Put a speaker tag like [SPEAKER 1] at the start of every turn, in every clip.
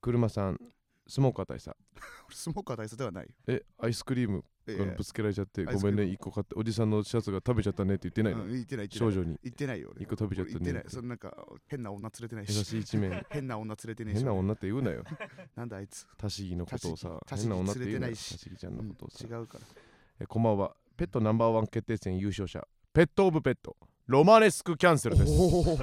[SPEAKER 1] 車さんスモーカー大佐
[SPEAKER 2] 俺スモーカー大佐ではないよ。
[SPEAKER 1] えアイスクリーム
[SPEAKER 2] え
[SPEAKER 1] あのぶつけられちゃって
[SPEAKER 2] アイ
[SPEAKER 1] ご
[SPEAKER 2] スクリ
[SPEAKER 1] め
[SPEAKER 2] ーム
[SPEAKER 1] んね1個買っておじさんのシャツが食べちゃったねって言ってないの、
[SPEAKER 2] うん言ってない言ってな
[SPEAKER 1] 少
[SPEAKER 2] い。
[SPEAKER 1] 女に
[SPEAKER 2] 言ってないよ。俺
[SPEAKER 1] 一個食べちゃったね
[SPEAKER 2] 俺言ってない。そのなんか変な女連れてない
[SPEAKER 1] 優
[SPEAKER 2] し。
[SPEAKER 1] しい一面
[SPEAKER 2] 変な女連れてねえし。
[SPEAKER 1] 変な女って言うなよ
[SPEAKER 2] なんだあいつ。
[SPEAKER 1] タシギのことを さ
[SPEAKER 2] タシギ
[SPEAKER 1] 変な女って言うなよ
[SPEAKER 2] タ
[SPEAKER 1] タ
[SPEAKER 2] シ
[SPEAKER 1] シギちゃん
[SPEAKER 2] う
[SPEAKER 1] の
[SPEAKER 2] ん
[SPEAKER 1] ことをさ、
[SPEAKER 2] 違うから。
[SPEAKER 1] えこんばんはペットナンバーワン決定戦優勝者ペットオブペットロマネスクキャンセルです
[SPEAKER 2] おお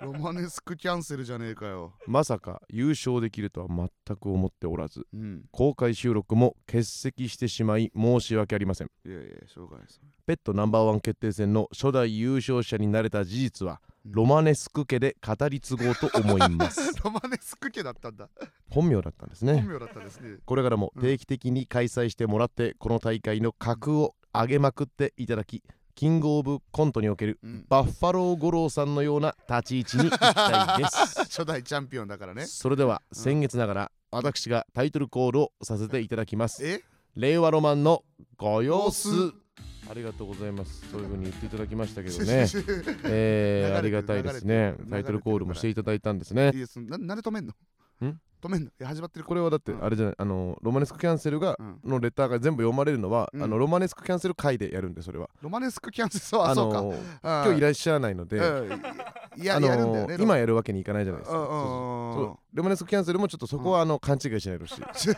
[SPEAKER 2] ロマネスクキャンセルじゃねえかよ。
[SPEAKER 1] まさか優勝できるとは全く思っておらず
[SPEAKER 2] うん。
[SPEAKER 1] 公開収録も欠席してしまい申し訳ありません
[SPEAKER 2] いやいや、しょうがないです。
[SPEAKER 1] ペットナンバーワン決定戦の初代優勝者になれた事実は
[SPEAKER 2] うん
[SPEAKER 1] ロマネスク家で語り継ごうと思います
[SPEAKER 2] ロマネスク家だったん だ。
[SPEAKER 1] 本名だったんです
[SPEAKER 2] 本
[SPEAKER 1] ね
[SPEAKER 2] 名だったんですね。
[SPEAKER 1] これからも定期的に開催してもらってこの大会の格を上げまくっていただきキングオブコントにおける
[SPEAKER 2] うん。
[SPEAKER 1] バッファロー五郎さんのような立ち位置に行きたいです
[SPEAKER 2] 初代チャンピオンだから ね。
[SPEAKER 1] それでは
[SPEAKER 2] うん
[SPEAKER 1] 先月ながら私がタイトルコールをさせていただきます
[SPEAKER 2] え
[SPEAKER 1] 令和ロマンのご様子
[SPEAKER 2] 様子
[SPEAKER 1] ありがとうございますそういうふうに言っていただきましたけど ね
[SPEAKER 2] い
[SPEAKER 1] えー、あ
[SPEAKER 2] 流
[SPEAKER 1] りが
[SPEAKER 2] れて
[SPEAKER 1] た
[SPEAKER 2] る
[SPEAKER 1] いですね
[SPEAKER 2] 流れてる
[SPEAKER 1] タイトルコールもしていただいたんですね
[SPEAKER 2] いですななんで止めんの
[SPEAKER 1] ん
[SPEAKER 2] 止めんのいや始まってる
[SPEAKER 1] これはだってあれじゃないあのロマネスクキャンセルが
[SPEAKER 2] うん、
[SPEAKER 1] のレターが全部読まれるのは、
[SPEAKER 2] うん
[SPEAKER 1] あのロマネスクキャンセル会でやるんでそれは
[SPEAKER 2] ロマネスクキャンセルそうあそうか
[SPEAKER 1] の
[SPEAKER 2] あー
[SPEAKER 1] 今日いらっしゃらないので、
[SPEAKER 2] うん、いや、
[SPEAKER 1] あの
[SPEAKER 2] やるんだよね
[SPEAKER 1] 今やるわけにいかないじゃないです
[SPEAKER 2] う
[SPEAKER 1] か、
[SPEAKER 2] ん
[SPEAKER 1] そ
[SPEAKER 2] う
[SPEAKER 1] うそうんそううんレモネスクキャンセルもちょっとそこはあの勘違いしないで ほしい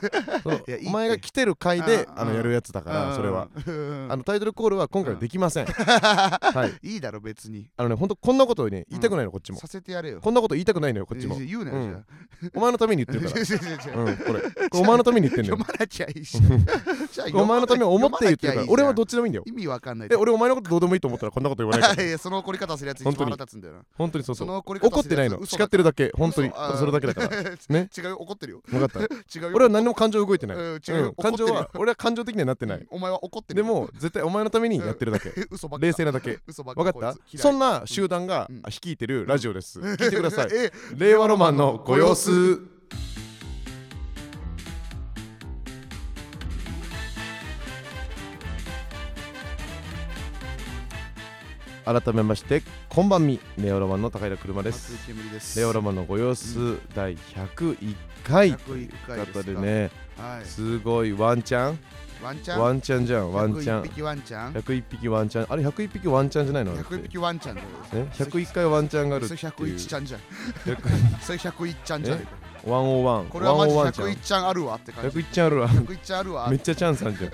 [SPEAKER 1] その
[SPEAKER 2] いやいいって
[SPEAKER 1] お前が来てる回で
[SPEAKER 2] あー
[SPEAKER 1] あの
[SPEAKER 2] うん
[SPEAKER 1] やるやつだからそれは
[SPEAKER 2] うん
[SPEAKER 1] あのタイトルコールは今回はできま せんはい
[SPEAKER 2] いいだろ別に
[SPEAKER 1] あのね本当こんなことをね言いたくないのこっちも
[SPEAKER 2] させてやれよ
[SPEAKER 1] こんなこと言いたくないのよこっちも
[SPEAKER 2] いや言うな
[SPEAKER 1] う
[SPEAKER 2] よ
[SPEAKER 1] ん
[SPEAKER 2] じゃあ
[SPEAKER 1] お前のために言ってるか
[SPEAKER 2] 違 う違う違う
[SPEAKER 1] らうんこれこれお前のために言ってんのよ
[SPEAKER 2] 読まなきゃいいし じゃあ
[SPEAKER 1] お前のためを思って言ってる
[SPEAKER 2] 読
[SPEAKER 1] から
[SPEAKER 2] まなきゃいいじゃん
[SPEAKER 1] 俺はどっちでもいいんだよ
[SPEAKER 2] 意味わかんない
[SPEAKER 1] で俺お前のことどうでもいいと思ったらこんなこと言わないか
[SPEAKER 2] い
[SPEAKER 1] ら
[SPEAKER 2] やその怒り方するやつ一番
[SPEAKER 1] 本当に
[SPEAKER 2] 腹立つんだよな
[SPEAKER 1] 本当にそうそ
[SPEAKER 2] そうの怒り方
[SPEAKER 1] 怒ってないの叱ってるだけ本当にそれだけだ から
[SPEAKER 2] ら
[SPEAKER 1] ね
[SPEAKER 2] 違うよ怒ってるよ
[SPEAKER 1] 分かった
[SPEAKER 2] 違うよ
[SPEAKER 1] 俺は何も感情動いてない
[SPEAKER 2] うん違う
[SPEAKER 1] うん
[SPEAKER 2] よ怒
[SPEAKER 1] 感
[SPEAKER 2] って
[SPEAKER 1] 情
[SPEAKER 2] る
[SPEAKER 1] は
[SPEAKER 2] よ
[SPEAKER 1] 俺は感情的にはなってない
[SPEAKER 2] お前は怒ってる
[SPEAKER 1] で
[SPEAKER 2] よ
[SPEAKER 1] も絶対お前のためにやってるだけ
[SPEAKER 2] 嘘ばっか
[SPEAKER 1] 冷静なだけ
[SPEAKER 2] 嘘ばっか
[SPEAKER 1] 分かっ
[SPEAKER 2] こい
[SPEAKER 1] た
[SPEAKER 2] つ
[SPEAKER 1] そ
[SPEAKER 2] 嫌い
[SPEAKER 1] んな集団が
[SPEAKER 2] うん
[SPEAKER 1] 率いてるラジオです聞いてください
[SPEAKER 2] え
[SPEAKER 1] 令和ロマンのご様子改めましてこんばんみ令和ロマンの高平車です
[SPEAKER 2] 松井煙です
[SPEAKER 1] 令和ロマンのご様子第101回という
[SPEAKER 2] 101回です
[SPEAKER 1] こ
[SPEAKER 2] か
[SPEAKER 1] とでね
[SPEAKER 2] はい
[SPEAKER 1] すごいワンチャン
[SPEAKER 2] ワンちゃん
[SPEAKER 1] ワンチャンじゃんワンチャ
[SPEAKER 2] 101
[SPEAKER 1] ン
[SPEAKER 2] 匹ワンちゃん
[SPEAKER 1] 101匹ワンチャンあれ101匹ワンチャンじゃないのあれって
[SPEAKER 2] 101匹ワンちゃんだよ
[SPEAKER 1] え101回ワンチャンがあるっ
[SPEAKER 2] そ
[SPEAKER 1] てい
[SPEAKER 2] れ
[SPEAKER 1] う
[SPEAKER 2] 101ちゃんじゃん
[SPEAKER 1] 100
[SPEAKER 2] それ101ちゃんじゃん
[SPEAKER 1] 101
[SPEAKER 2] これはマジ
[SPEAKER 1] 101ちゃん
[SPEAKER 2] 101ちゃんあるわって感じ
[SPEAKER 1] 101ちゃんあるわ
[SPEAKER 2] 101ちゃんあるわ
[SPEAKER 1] めっちゃチャンスあんじゃん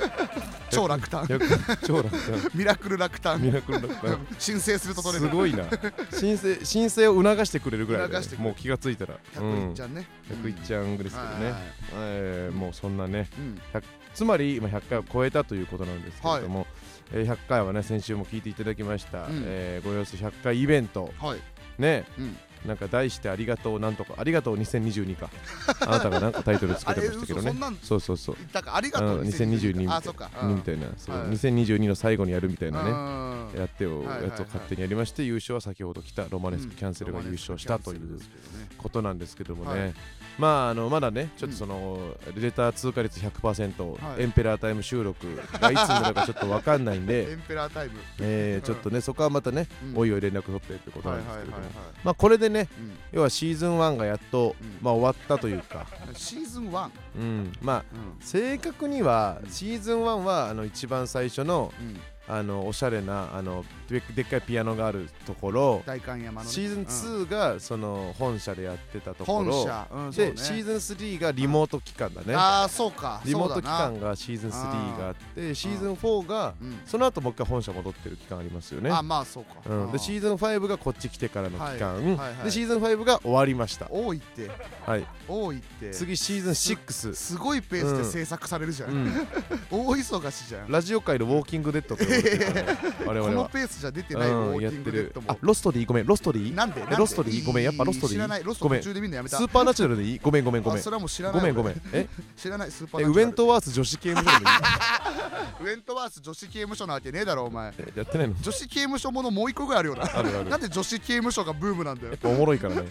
[SPEAKER 2] 超落胆
[SPEAKER 1] 100超楽ちゃ
[SPEAKER 2] ミラクル落
[SPEAKER 1] ん
[SPEAKER 2] 胆
[SPEAKER 1] ミラクルだ った
[SPEAKER 2] 申請すると取
[SPEAKER 1] す
[SPEAKER 2] れる
[SPEAKER 1] ごいな申請申請を促してくれるぐらいだ
[SPEAKER 2] 促
[SPEAKER 1] ね
[SPEAKER 2] してくれ
[SPEAKER 1] も
[SPEAKER 2] る
[SPEAKER 1] う気がついたらうん
[SPEAKER 2] 101ちゃんね
[SPEAKER 1] 101ちゃんですけどね
[SPEAKER 2] はい
[SPEAKER 1] えーもうそんなね
[SPEAKER 2] うん
[SPEAKER 1] つまり今100回を超えたということなんですけれどもえー100回はね先週も聞いていただきました
[SPEAKER 2] うん
[SPEAKER 1] えーご様子100回イベント
[SPEAKER 2] はい
[SPEAKER 1] ね
[SPEAKER 2] うん
[SPEAKER 1] なんか題してありがとうなんとかありがとう2022かあなたがなんかタイトルつけ
[SPEAKER 2] あ
[SPEAKER 1] て
[SPEAKER 2] れ
[SPEAKER 1] ましたけど
[SPEAKER 2] 嘘そ
[SPEAKER 1] ね
[SPEAKER 2] んなん
[SPEAKER 1] そうそうそう
[SPEAKER 2] だからあり
[SPEAKER 1] あ
[SPEAKER 2] がと
[SPEAKER 1] の
[SPEAKER 2] う
[SPEAKER 1] 2022みたい
[SPEAKER 2] あ
[SPEAKER 1] な
[SPEAKER 2] そうか
[SPEAKER 1] みたいなそう
[SPEAKER 2] はい
[SPEAKER 1] 2022の最後にやるみたいなね
[SPEAKER 2] な
[SPEAKER 1] やってを
[SPEAKER 2] はいはいは
[SPEAKER 1] や
[SPEAKER 2] い
[SPEAKER 1] つを勝手にやりまして優勝は先ほど来たロマネスクキャンセルが優勝したということなんですけども
[SPEAKER 2] は
[SPEAKER 1] ね
[SPEAKER 2] い
[SPEAKER 1] まああのまだねちょっとそのレター通過率100%
[SPEAKER 2] はい
[SPEAKER 1] エンペラータイム収録がいつになるかちょっと分かんないん
[SPEAKER 2] エ
[SPEAKER 1] で
[SPEAKER 2] ンペラータイム
[SPEAKER 1] えーちょっとねそこはまたね
[SPEAKER 2] うん
[SPEAKER 1] おいおい連絡取ってってこと
[SPEAKER 2] は
[SPEAKER 1] ないんで
[SPEAKER 2] はい
[SPEAKER 1] すけ
[SPEAKER 2] はい
[SPEAKER 1] れども
[SPEAKER 2] はい
[SPEAKER 1] まあこれでね
[SPEAKER 2] うん
[SPEAKER 1] 要はシーズン1がやっと
[SPEAKER 2] うん
[SPEAKER 1] まあ終わったというか
[SPEAKER 2] シーズン1
[SPEAKER 1] うんまあ
[SPEAKER 2] うん
[SPEAKER 1] 正確にはシーズン1はあの一番最初の
[SPEAKER 2] うん
[SPEAKER 1] あのおしゃれなあのででっかいピアノがあるところ
[SPEAKER 2] 大観山のね
[SPEAKER 1] シーズン2がその本社でやってたところ
[SPEAKER 2] 本社うんそう
[SPEAKER 1] で、
[SPEAKER 2] ね
[SPEAKER 1] シーズン3がリモート期間だね
[SPEAKER 2] ああそうか
[SPEAKER 1] リモート
[SPEAKER 2] そう
[SPEAKER 1] 期
[SPEAKER 2] だな
[SPEAKER 1] 間がシーズン3があってシーズン4が
[SPEAKER 2] うん
[SPEAKER 1] その後もう一回本社戻ってる期間ありますよね
[SPEAKER 2] あまあそうか
[SPEAKER 1] うん、でシ
[SPEAKER 2] ー
[SPEAKER 1] ー
[SPEAKER 2] ズ
[SPEAKER 1] ズン5がこっち来てからの期間、
[SPEAKER 2] はいはいはい
[SPEAKER 1] でシーズン5が終わりました、
[SPEAKER 2] 多いって
[SPEAKER 1] はい、
[SPEAKER 2] 多いって
[SPEAKER 1] 次シーズン6、
[SPEAKER 2] すごいペースで制作されるじゃ
[SPEAKER 1] うんん、
[SPEAKER 2] 大忙しじゃん
[SPEAKER 1] ラジオ界のウォーキングデッドと呼ばれてるからね我
[SPEAKER 2] こ
[SPEAKER 1] 々
[SPEAKER 2] の
[SPEAKER 1] は
[SPEAKER 2] ペースじゃ出てないウォ
[SPEAKER 1] うん、や
[SPEAKER 2] ー
[SPEAKER 1] っ
[SPEAKER 2] キン
[SPEAKER 1] て
[SPEAKER 2] グデッ
[SPEAKER 1] る
[SPEAKER 2] ドも
[SPEAKER 1] あロストでいいごめんロストでいい
[SPEAKER 2] なんでなん
[SPEAKER 1] ロストでいいごめんやっぱロストでいい
[SPEAKER 2] 知らないロスト
[SPEAKER 1] ごめん
[SPEAKER 2] 途中で見るのやめ
[SPEAKER 1] ス
[SPEAKER 2] た
[SPEAKER 1] ーパーナチュラルでいいごめんごめんごめ
[SPEAKER 2] あ
[SPEAKER 1] ん
[SPEAKER 2] それはもう知らない
[SPEAKER 1] ごめんごめ
[SPEAKER 2] 俺
[SPEAKER 1] んえ
[SPEAKER 2] 知らないスーパー
[SPEAKER 1] え
[SPEAKER 2] ナチ
[SPEAKER 1] ウ
[SPEAKER 2] ュラ
[SPEAKER 1] エ
[SPEAKER 2] ル
[SPEAKER 1] ントワース女子刑務所でいい
[SPEAKER 2] ウエントワース女子刑務所なわけねえだろお前
[SPEAKER 1] えやってないの
[SPEAKER 2] 女子刑務所ものもう一個ぐらいあるよな
[SPEAKER 1] あるある
[SPEAKER 2] なんで女子刑務所がブームなんだよ
[SPEAKER 1] やっぱおもろいからね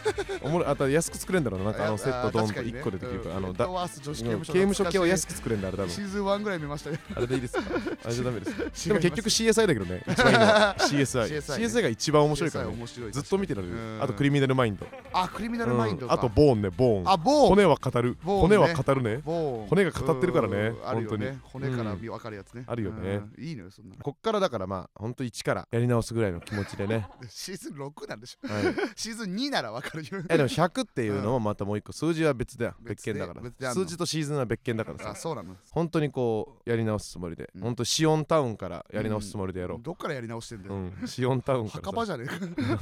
[SPEAKER 1] おもろいあと安く作れんだろうななんかあのセットドン
[SPEAKER 2] 確
[SPEAKER 1] と
[SPEAKER 2] かにね
[SPEAKER 1] 1個でできるからあ
[SPEAKER 2] うん
[SPEAKER 1] の
[SPEAKER 2] ウエン
[SPEAKER 1] だ
[SPEAKER 2] トワース女
[SPEAKER 1] うん
[SPEAKER 2] 子
[SPEAKER 1] 刑
[SPEAKER 2] 刑
[SPEAKER 1] 務
[SPEAKER 2] 務所
[SPEAKER 1] 所系は安
[SPEAKER 2] く
[SPEAKER 1] く作れんだあれ多
[SPEAKER 2] シ
[SPEAKER 1] 分
[SPEAKER 2] ーズン1ぐらい見ましたよ
[SPEAKER 1] あれでいいですかあれじゃダメですかでも
[SPEAKER 2] 違います
[SPEAKER 1] 結結局 CSI だけどね一番いいのは CSI
[SPEAKER 2] CSI ね
[SPEAKER 1] CSI が一 番面
[SPEAKER 2] 面
[SPEAKER 1] 白
[SPEAKER 2] 白
[SPEAKER 1] い
[SPEAKER 2] い
[SPEAKER 1] か
[SPEAKER 2] からら
[SPEAKER 1] ね
[SPEAKER 2] 面白い
[SPEAKER 1] ずっと見てられ
[SPEAKER 2] う
[SPEAKER 1] る
[SPEAKER 2] ん
[SPEAKER 1] あとクリミナルマインド
[SPEAKER 2] あクリミナル
[SPEAKER 1] うん
[SPEAKER 2] マインドか
[SPEAKER 1] あとボーンねボーン
[SPEAKER 2] あボーン
[SPEAKER 1] 骨は語る
[SPEAKER 2] ボーンね
[SPEAKER 1] 骨は語るね
[SPEAKER 2] ボーン
[SPEAKER 1] 骨が語ってるからね
[SPEAKER 2] うんある
[SPEAKER 1] 当
[SPEAKER 2] よね
[SPEAKER 1] に
[SPEAKER 2] 骨から見分かるやつね
[SPEAKER 1] あるよね
[SPEAKER 2] うんいいのよそんなの
[SPEAKER 1] こっからだからまあほんと一からやり直すぐらいの気持ちでね、
[SPEAKER 2] シーズン6なんでしょ
[SPEAKER 1] はい、い
[SPEAKER 2] シーズン2なら分か るよ
[SPEAKER 1] やでも100っていうのもまたもう一個数字は別だよ別
[SPEAKER 2] 別で
[SPEAKER 1] 件だか
[SPEAKER 2] 別であ
[SPEAKER 1] ら
[SPEAKER 2] んの
[SPEAKER 1] 数字とシーズンは別件だからさ
[SPEAKER 2] あそうなの
[SPEAKER 1] 本当にこうやり直すつもりで、
[SPEAKER 2] うん
[SPEAKER 1] ほんとシオンタウンからやり直すつもりでやろ
[SPEAKER 2] どっからやり直してんだ
[SPEAKER 1] う、う
[SPEAKER 2] よ
[SPEAKER 1] んシオンタウンから
[SPEAKER 2] 墓
[SPEAKER 1] さ
[SPEAKER 2] 場じゃねえか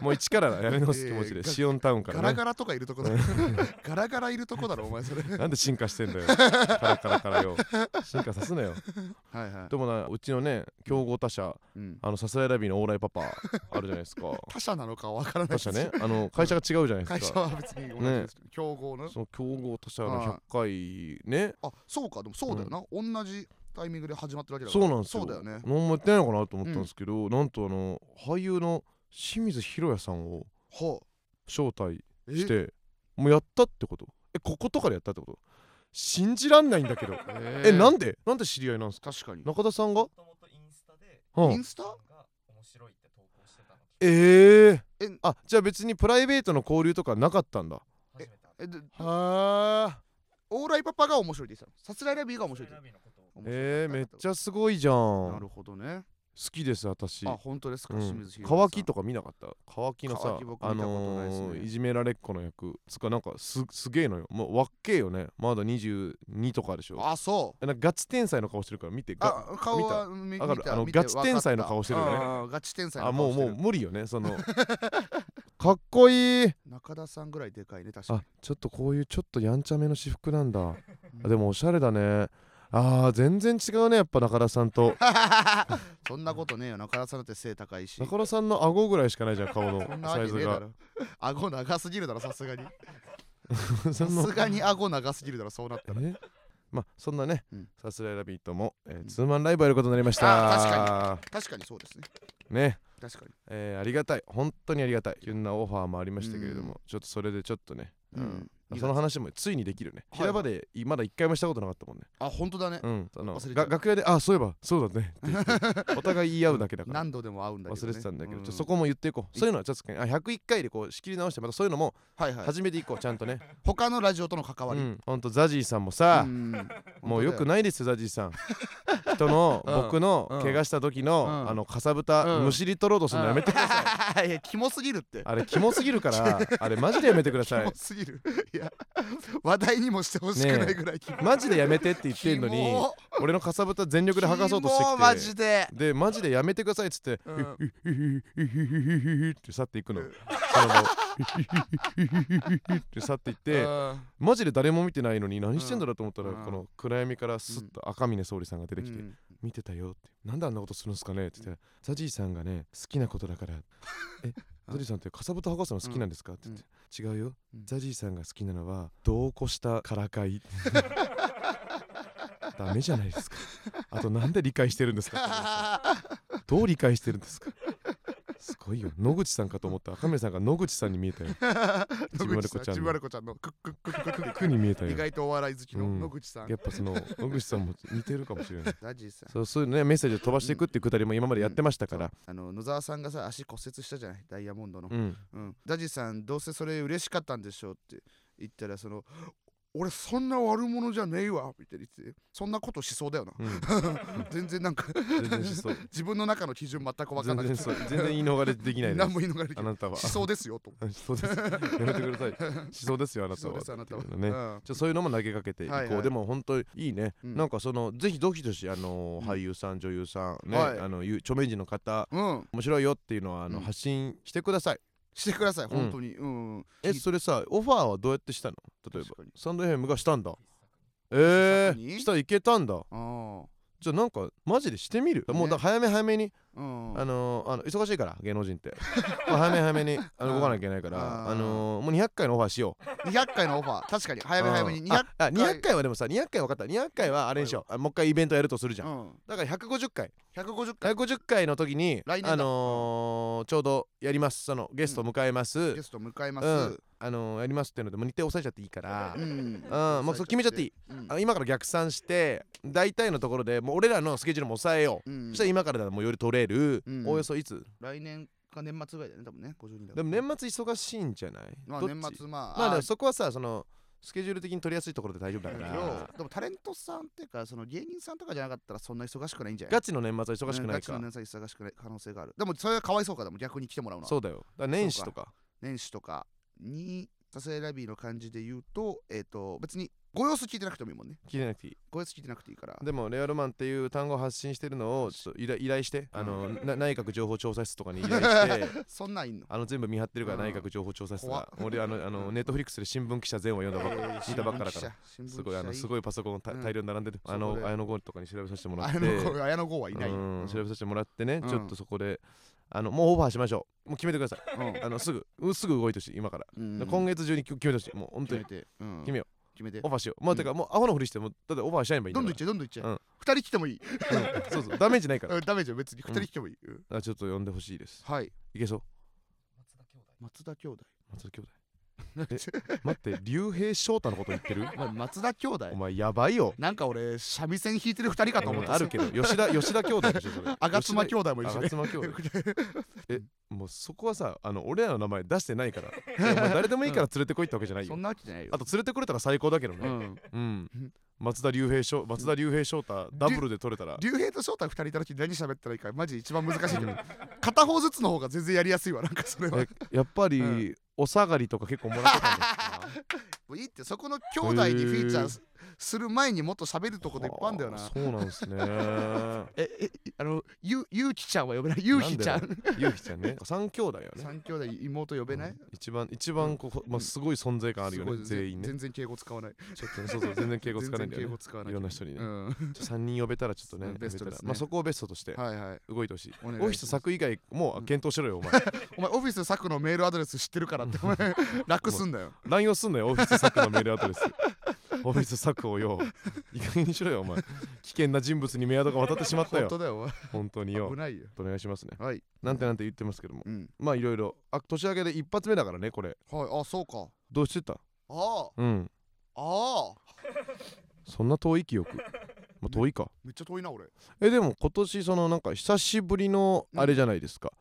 [SPEAKER 1] もう一からやり直す気持ち
[SPEAKER 2] いやい
[SPEAKER 1] で
[SPEAKER 2] やガ
[SPEAKER 1] シオンタウンか
[SPEAKER 2] ガ
[SPEAKER 1] ら
[SPEAKER 2] ラ
[SPEAKER 1] ね
[SPEAKER 2] ガラとかいるとこだろ ガラガラいるとこだろお前 それ
[SPEAKER 1] なんで進化してん だよカラカラからよ進化さすなよ
[SPEAKER 2] はいはい
[SPEAKER 1] でもなうちのね競合他社
[SPEAKER 2] うん
[SPEAKER 1] あのサスライラビーのオーライパパあるじゃないです か
[SPEAKER 2] 他社なのかわからな
[SPEAKER 1] 他
[SPEAKER 2] い
[SPEAKER 1] 社ねあの会社が違うじゃないで
[SPEAKER 2] 会
[SPEAKER 1] す
[SPEAKER 2] 社
[SPEAKER 1] か
[SPEAKER 2] は別に同じですけど競合の
[SPEAKER 1] その競合他社
[SPEAKER 2] あ
[SPEAKER 1] の
[SPEAKER 2] あ
[SPEAKER 1] 100回ね
[SPEAKER 2] あそうかでもそうだよな同じタイミングで始まってるわけだか
[SPEAKER 1] そ
[SPEAKER 2] ら
[SPEAKER 1] うなんですよ
[SPEAKER 2] そうだよね
[SPEAKER 1] 何もやってないのかなと思ったんですけど、なんとあの俳優の清水宏也さんを
[SPEAKER 2] ほ
[SPEAKER 1] 招待
[SPEAKER 2] うえ
[SPEAKER 1] してもうやったってことえこことかでやったってこと信じらんないんだ けどえなんでなんで知り合いなんですか
[SPEAKER 2] 確かに
[SPEAKER 1] 中田さんが
[SPEAKER 3] も、ともとインスタで
[SPEAKER 1] うん
[SPEAKER 2] インスタ
[SPEAKER 3] が面白いって投稿してたの
[SPEAKER 1] えー、
[SPEAKER 2] え
[SPEAKER 1] あじゃあ別にプライベートの交流とかなかったんだ
[SPEAKER 3] 初めて
[SPEAKER 2] えで
[SPEAKER 1] は
[SPEAKER 2] オーライパパが面白いって言ってたのさすらいラビーが面白いって
[SPEAKER 3] ラ
[SPEAKER 2] 言っ
[SPEAKER 3] ビのことを
[SPEAKER 2] てたの
[SPEAKER 1] えー、めっち
[SPEAKER 2] ゃ
[SPEAKER 1] ゃすごいじゃん
[SPEAKER 2] な
[SPEAKER 1] 好
[SPEAKER 2] るほどね
[SPEAKER 1] きです私
[SPEAKER 2] あ本当ですか
[SPEAKER 1] うん
[SPEAKER 2] 清水宏
[SPEAKER 1] 乾
[SPEAKER 2] 也
[SPEAKER 1] きとか見なかった乾きの
[SPEAKER 2] 乾
[SPEAKER 1] さ
[SPEAKER 2] き僕
[SPEAKER 1] あ
[SPEAKER 2] 見たことないっすね
[SPEAKER 1] のーいじめられっ子の役つかなんかすすげえのよもうわっけえよねまだ22とかでし
[SPEAKER 2] さ
[SPEAKER 1] ょ
[SPEAKER 2] んあそう
[SPEAKER 1] えなんかガチ天才の顔してるから見てが
[SPEAKER 2] あ顔は見
[SPEAKER 1] わかる
[SPEAKER 2] 見た
[SPEAKER 1] あの
[SPEAKER 2] 見て
[SPEAKER 1] ガチ天才の顔してるよね
[SPEAKER 2] わかったあーガチ天才
[SPEAKER 1] あ
[SPEAKER 2] の
[SPEAKER 1] も
[SPEAKER 2] 顔
[SPEAKER 1] う
[SPEAKER 2] して
[SPEAKER 1] も
[SPEAKER 2] る
[SPEAKER 1] う無理よねそ のかっこいい
[SPEAKER 2] 中田さんぐらいでかいね確かに
[SPEAKER 1] あちょっとこういうちょっとやんちゃめの私服なんだあ
[SPEAKER 2] うん
[SPEAKER 1] でもおしゃれだねあー全然違うねやっぱ中田さんと
[SPEAKER 2] そんなことねえよ中田さんだって背高い し
[SPEAKER 1] 中田さんの顎ぐらいしかないじゃん顔の
[SPEAKER 2] そんなわ
[SPEAKER 1] サ
[SPEAKER 2] け
[SPEAKER 1] イ
[SPEAKER 2] ね
[SPEAKER 1] ズ
[SPEAKER 2] えだ
[SPEAKER 1] が
[SPEAKER 2] ろ顎長すぎるだろさ すがに
[SPEAKER 1] そ
[SPEAKER 2] さ
[SPEAKER 1] んな
[SPEAKER 2] すがに顎長すぎるだろそうなったら
[SPEAKER 1] え まあそんなね、
[SPEAKER 2] うん
[SPEAKER 1] さすらいラビットも、えー
[SPEAKER 2] ん
[SPEAKER 1] ツーマンライブやることになりました
[SPEAKER 2] あ確かにそうですね
[SPEAKER 1] ね
[SPEAKER 2] 確かに
[SPEAKER 1] えーありがたい本当にありがたいいろんなオファーもありましたけれども、
[SPEAKER 2] う
[SPEAKER 1] ちょっとそれでちょっとね、う
[SPEAKER 2] うんん
[SPEAKER 1] その話もついにできるね、
[SPEAKER 2] はい
[SPEAKER 1] 平場でいまだ一回もしたことなかったもんね、
[SPEAKER 2] あ本当だね
[SPEAKER 1] うん、その
[SPEAKER 2] 忘れちゃ
[SPEAKER 1] が
[SPEAKER 2] う
[SPEAKER 1] 楽屋で「あそういえばそうだね」って言って お互い言い合うだけだから
[SPEAKER 2] 何度でも会うんだけど
[SPEAKER 1] 忘
[SPEAKER 2] ね
[SPEAKER 1] れてたんだけど、
[SPEAKER 2] う
[SPEAKER 1] ちょっとそこも言っていこうそういうのはちょっとあ101回でこう仕切り直してまたそういうのも
[SPEAKER 2] はいはい
[SPEAKER 1] 始めていこうちゃん とね、
[SPEAKER 2] 他のラジオとの関わ
[SPEAKER 1] う
[SPEAKER 2] り
[SPEAKER 1] ん、ほんとザジーさんもさ、
[SPEAKER 2] ん
[SPEAKER 1] もうよく
[SPEAKER 2] な
[SPEAKER 1] ないですよザジーさん人の
[SPEAKER 2] うん
[SPEAKER 1] 僕の
[SPEAKER 2] うん
[SPEAKER 1] 怪我した時の、
[SPEAKER 2] うん
[SPEAKER 1] あのかさぶた、
[SPEAKER 2] うん
[SPEAKER 1] むしり取ろうとするのやめてください、
[SPEAKER 2] いいやキモすぎるって
[SPEAKER 1] あれキモすぎるからあれマジでやめてくだ
[SPEAKER 2] キ
[SPEAKER 1] さい
[SPEAKER 2] モすぎるいや話題にもしてほしくないぐらいキモ
[SPEAKER 1] マジでやめてって言ってんのに俺のかさぶた全力で剥がそうとして
[SPEAKER 2] キモ
[SPEAKER 1] き
[SPEAKER 2] マ
[SPEAKER 1] て
[SPEAKER 2] ジで
[SPEAKER 1] でマジでやめてくださいっつって
[SPEAKER 2] う
[SPEAKER 1] 「
[SPEAKER 2] ん
[SPEAKER 1] ヒヒヒヒヒヒヒヒヒって去っていくの
[SPEAKER 2] うん
[SPEAKER 1] そのって去っていって
[SPEAKER 2] うん
[SPEAKER 1] マジで誰も見てないのに何してんだろうと思ったら、
[SPEAKER 2] うん
[SPEAKER 1] この暗闇からスッと赤峰総理さんが出てきて、
[SPEAKER 2] うん
[SPEAKER 1] 見てたよってなんであんなことするんですかねって言ったら、ザジーさんがね好きなことだ からえザジーさんってかさぶた剥がすの好きなんですか、って言って、違うよ、
[SPEAKER 2] うん
[SPEAKER 1] ザジーさんが好きなのは度を越したからか いダメじゃないですかあとなんで理解してるんです かどう理解してるんですかすごいよ野口さんかと思った赤嶺さんが野口さんに見えたよちびまる子ちゃんの
[SPEAKER 2] ちびまる子ちゃんのクックックックックック
[SPEAKER 1] 服に見えたよ
[SPEAKER 2] 意外とお笑い好きの
[SPEAKER 1] うん
[SPEAKER 2] 野口さん
[SPEAKER 1] やっぱその野口さんも似てるかもしれない
[SPEAKER 2] ダジーさん
[SPEAKER 1] そうそういうねメッセージを飛ばしていくっていうくだりも今までやってましたか
[SPEAKER 2] そ
[SPEAKER 1] ら
[SPEAKER 2] う、あの野沢さんがさ足骨折したじゃないダイヤモンドの
[SPEAKER 1] う、ん、
[SPEAKER 2] うん、ダジさんどうせそれ嬉しかったんでしょうって言ったらその俺そんな悪者じゃねえわみたいな言ってそんなことしそうだよな
[SPEAKER 1] うん、
[SPEAKER 2] 全然なんか
[SPEAKER 1] 全然しそう
[SPEAKER 2] 自分の中の基準全く分か
[SPEAKER 1] 全
[SPEAKER 2] んなく
[SPEAKER 1] 然
[SPEAKER 2] て
[SPEAKER 1] そう全然言い逃れできないで
[SPEAKER 2] 何
[SPEAKER 1] す
[SPEAKER 2] も言い逃れでき
[SPEAKER 1] あ
[SPEAKER 2] ない
[SPEAKER 1] なたは
[SPEAKER 2] しそうですよと
[SPEAKER 1] しそう ですやめてくださいしそうですよあな
[SPEAKER 2] したそう
[SPEAKER 1] は
[SPEAKER 2] ですあなたは、
[SPEAKER 1] っていうのね
[SPEAKER 2] うん
[SPEAKER 1] ちょそういうのも投げかけていこう、
[SPEAKER 2] はいはい
[SPEAKER 1] でも本当にいいね、
[SPEAKER 2] うん
[SPEAKER 1] なんかそのぜひどしどしあのー
[SPEAKER 2] うん
[SPEAKER 1] 俳優さん女優さんね、
[SPEAKER 2] はい
[SPEAKER 1] あのゆ著名人の方
[SPEAKER 2] うん、
[SPEAKER 1] 面白いよっていうのはあの、
[SPEAKER 2] うん
[SPEAKER 1] 発信してください
[SPEAKER 2] してください本当にうん、
[SPEAKER 1] えそれさオファーはどうやってしたの例えば
[SPEAKER 2] 確かに
[SPEAKER 1] サンド FM がしたんだえ
[SPEAKER 2] 自作
[SPEAKER 1] ー、
[SPEAKER 2] に
[SPEAKER 1] したらいけたんだ
[SPEAKER 2] ああ
[SPEAKER 1] じゃあなんかマジでしてみる
[SPEAKER 2] ね
[SPEAKER 1] もうだから早め早めに、
[SPEAKER 2] うん
[SPEAKER 1] あのーあの忙しいから芸能人って、 まあ、早め早めにあの動かなきゃいけないから
[SPEAKER 2] あ
[SPEAKER 1] あ
[SPEAKER 2] ー
[SPEAKER 1] のーもう200回のオファーしよう
[SPEAKER 2] 200回のオファー確かに早め早めに
[SPEAKER 1] うん
[SPEAKER 2] 200
[SPEAKER 1] ああ200回はでもさ200回分かった200回はあれにしようあもう一回イベントやるとするじゃん、
[SPEAKER 2] うん
[SPEAKER 1] だから150回
[SPEAKER 2] 150回
[SPEAKER 1] 150回の時に
[SPEAKER 2] 来年だ
[SPEAKER 1] あのーちょうどやりますそのゲストを迎えます、
[SPEAKER 2] ゲスト迎えま
[SPEAKER 1] うん
[SPEAKER 2] す
[SPEAKER 1] あのーやりますっていうのでもう日程押さえちゃっていいから
[SPEAKER 2] う、ん
[SPEAKER 1] うんもうそれ決めちゃっていい
[SPEAKER 2] うん
[SPEAKER 1] あの今から逆算して大体のところでもう俺らのスケジュールも抑えよう、
[SPEAKER 2] うん
[SPEAKER 1] そしたら今からならもうより取れる、
[SPEAKER 2] うん
[SPEAKER 1] おおよそいつ
[SPEAKER 2] 来年か年末ぐらいだね多分ね52だ
[SPEAKER 1] でも年末忙しいんじゃない、
[SPEAKER 2] まあ
[SPEAKER 1] どっち
[SPEAKER 2] 年末まあ
[SPEAKER 1] まあで
[SPEAKER 2] あ
[SPEAKER 1] もそこはさそのスケジュール的に取りやすいところで大丈夫だか
[SPEAKER 2] け
[SPEAKER 1] ら
[SPEAKER 2] どでもタレントさんっていうかその芸人さんとかじゃなかったらそんな忙しくないんじゃない
[SPEAKER 1] ガチの年末は忙しくな
[SPEAKER 2] ガ
[SPEAKER 1] い
[SPEAKER 2] チ
[SPEAKER 1] か、
[SPEAKER 2] の年末忙しくない可能性があるでもそれはかわいそうかでも逆に来てもらうのは
[SPEAKER 1] そうだよだから年始とか
[SPEAKER 2] 年始とかにサスエラビーの感じで言うとえっと別にご様子聞いてなくてもいいもんね
[SPEAKER 1] 聞いてなくていい
[SPEAKER 2] ご様子聞いてなくていいから
[SPEAKER 1] でもレアルマンっていう単語を発信してるのをちょっと依頼依頼してあのな内閣情報調査室とかに依頼して
[SPEAKER 2] そんなんいんの
[SPEAKER 1] あの全部見張ってるから
[SPEAKER 2] うん
[SPEAKER 1] 内閣情報調査室
[SPEAKER 2] 怖っ
[SPEAKER 1] が俺あのあのネットフリックスで新聞記者全話読んだばっか見たばっかだから
[SPEAKER 2] ら
[SPEAKER 1] すごいあのす
[SPEAKER 2] い
[SPEAKER 1] ごいパソコンた
[SPEAKER 2] うん
[SPEAKER 1] 大量に並んでる、
[SPEAKER 2] そこで
[SPEAKER 1] あの綾野剛とかに調べさせてもらっ
[SPEAKER 2] 綾
[SPEAKER 1] て
[SPEAKER 2] 野剛綾野剛はいないよ
[SPEAKER 1] うん
[SPEAKER 2] うん
[SPEAKER 1] 調べさせてもらってね、
[SPEAKER 2] うん
[SPEAKER 1] ちょっとそこであのもうオファーしましょうもう決めてくださ い
[SPEAKER 2] うん
[SPEAKER 1] あのすぐうんすぐ動いてほしい今から、
[SPEAKER 2] うん
[SPEAKER 1] 今月中に決めてほしいもう本当
[SPEAKER 2] 決め
[SPEAKER 1] に
[SPEAKER 2] てうん
[SPEAKER 1] 決めよ
[SPEAKER 2] 決めて
[SPEAKER 1] オファーしようまあ、てかもうアホのふりしてもだってオファーしちゃえばいいんだ
[SPEAKER 2] どんどん
[SPEAKER 1] か
[SPEAKER 2] いっちゃえどんどんいっちゃ
[SPEAKER 1] う
[SPEAKER 2] え
[SPEAKER 1] ん
[SPEAKER 2] 二人来てもいい
[SPEAKER 1] らうんそうそうダメージないから
[SPEAKER 2] うんダメじゃん別に
[SPEAKER 1] うん
[SPEAKER 2] 二人来てもいいうん
[SPEAKER 1] あちょっと呼んでほしいです
[SPEAKER 2] はい
[SPEAKER 1] いけそう
[SPEAKER 3] 松田兄弟
[SPEAKER 2] 松田
[SPEAKER 1] 松田
[SPEAKER 2] 兄弟
[SPEAKER 1] 兄 弟え待って竜兵翔太のこと言ってる
[SPEAKER 2] お前松田兄弟
[SPEAKER 1] お前やばいよ
[SPEAKER 2] なんか俺三味線弾いてる二人かと思っ
[SPEAKER 1] うん
[SPEAKER 2] た
[SPEAKER 1] あるけど吉田吉田兄弟でしょそれ
[SPEAKER 2] 吾妻兄弟もいるし
[SPEAKER 1] 吾
[SPEAKER 2] ね
[SPEAKER 1] 妻兄 弟えもうそこはさあの俺らの名前出してないからいやお前誰でもいいから連れてこいってわけじゃない
[SPEAKER 2] そ
[SPEAKER 1] よ
[SPEAKER 2] んなわけじゃないよ
[SPEAKER 1] あと連れてこれたら最高だけど
[SPEAKER 2] う
[SPEAKER 1] ね
[SPEAKER 2] ん
[SPEAKER 1] うん
[SPEAKER 2] うん
[SPEAKER 1] 松田竜兵翔松田竜兵翔太ダブルで取れたら
[SPEAKER 2] 竜兵と翔太二人いた時何喋ったらいいかマジ一番難しいけど片方ずつの方が全然やりやすいわなんかそれは
[SPEAKER 1] えやっぱり、
[SPEAKER 2] うん
[SPEAKER 1] お下がりとか結構もらってたんですか
[SPEAKER 2] もういいってそこの兄弟にフィーチャーすする前にもっと喋るとこでいっぱいあんだよな
[SPEAKER 1] はあそうなんですね
[SPEAKER 2] ええあのゆゆうきちゃんは呼べないゆうひちゃ
[SPEAKER 1] なんゆうきちゃんね三兄弟よね
[SPEAKER 2] 三兄弟妹呼べない、
[SPEAKER 1] うん一番一番こう、まあ、すごい存在感あるよね、
[SPEAKER 2] すごい
[SPEAKER 1] 全員ね
[SPEAKER 2] 全然敬語使わない
[SPEAKER 1] ちょっとねそうそう全然敬語つかないんだよ
[SPEAKER 2] 全然敬
[SPEAKER 1] ね
[SPEAKER 2] 語使わない
[SPEAKER 1] いろんな人にね、
[SPEAKER 2] うん、
[SPEAKER 1] ちょ3人呼べたらちょっとね
[SPEAKER 2] うんベス
[SPEAKER 1] 呼
[SPEAKER 2] ト
[SPEAKER 1] べ
[SPEAKER 2] で
[SPEAKER 1] た
[SPEAKER 2] す
[SPEAKER 1] ら
[SPEAKER 2] ね
[SPEAKER 1] まあ、そこをベストとして
[SPEAKER 2] はいはい
[SPEAKER 1] 動いてほしい,、
[SPEAKER 2] お願いします
[SPEAKER 1] オフィス作以外もう
[SPEAKER 2] うん
[SPEAKER 1] 検討しろよお前
[SPEAKER 2] お前オフィス作のメールアドレス知ってるからってお前 楽すんだよ
[SPEAKER 1] 乱用すんなよオフィス作のメールアドレス オフィス作をよいい加減にしろよお前危険な人物にメアドが渡ってしまった
[SPEAKER 2] 本
[SPEAKER 1] よ
[SPEAKER 2] 当だよ
[SPEAKER 1] 本当に
[SPEAKER 2] お前
[SPEAKER 1] よ
[SPEAKER 2] 危ないよ
[SPEAKER 1] お願いしますね
[SPEAKER 2] はい
[SPEAKER 1] なんてなんて言ってますけども
[SPEAKER 2] うん
[SPEAKER 1] まあいろいろあ年明けで一発目だからねこれ
[SPEAKER 2] はいあそうか
[SPEAKER 1] どうしてた
[SPEAKER 2] あ
[SPEAKER 1] うん
[SPEAKER 2] あああ
[SPEAKER 1] そんな遠い記憶まあ遠いか
[SPEAKER 2] めっちゃ遠いな俺
[SPEAKER 1] えでも今年そのなんか久しぶりのあれじゃないですか、
[SPEAKER 2] はいはい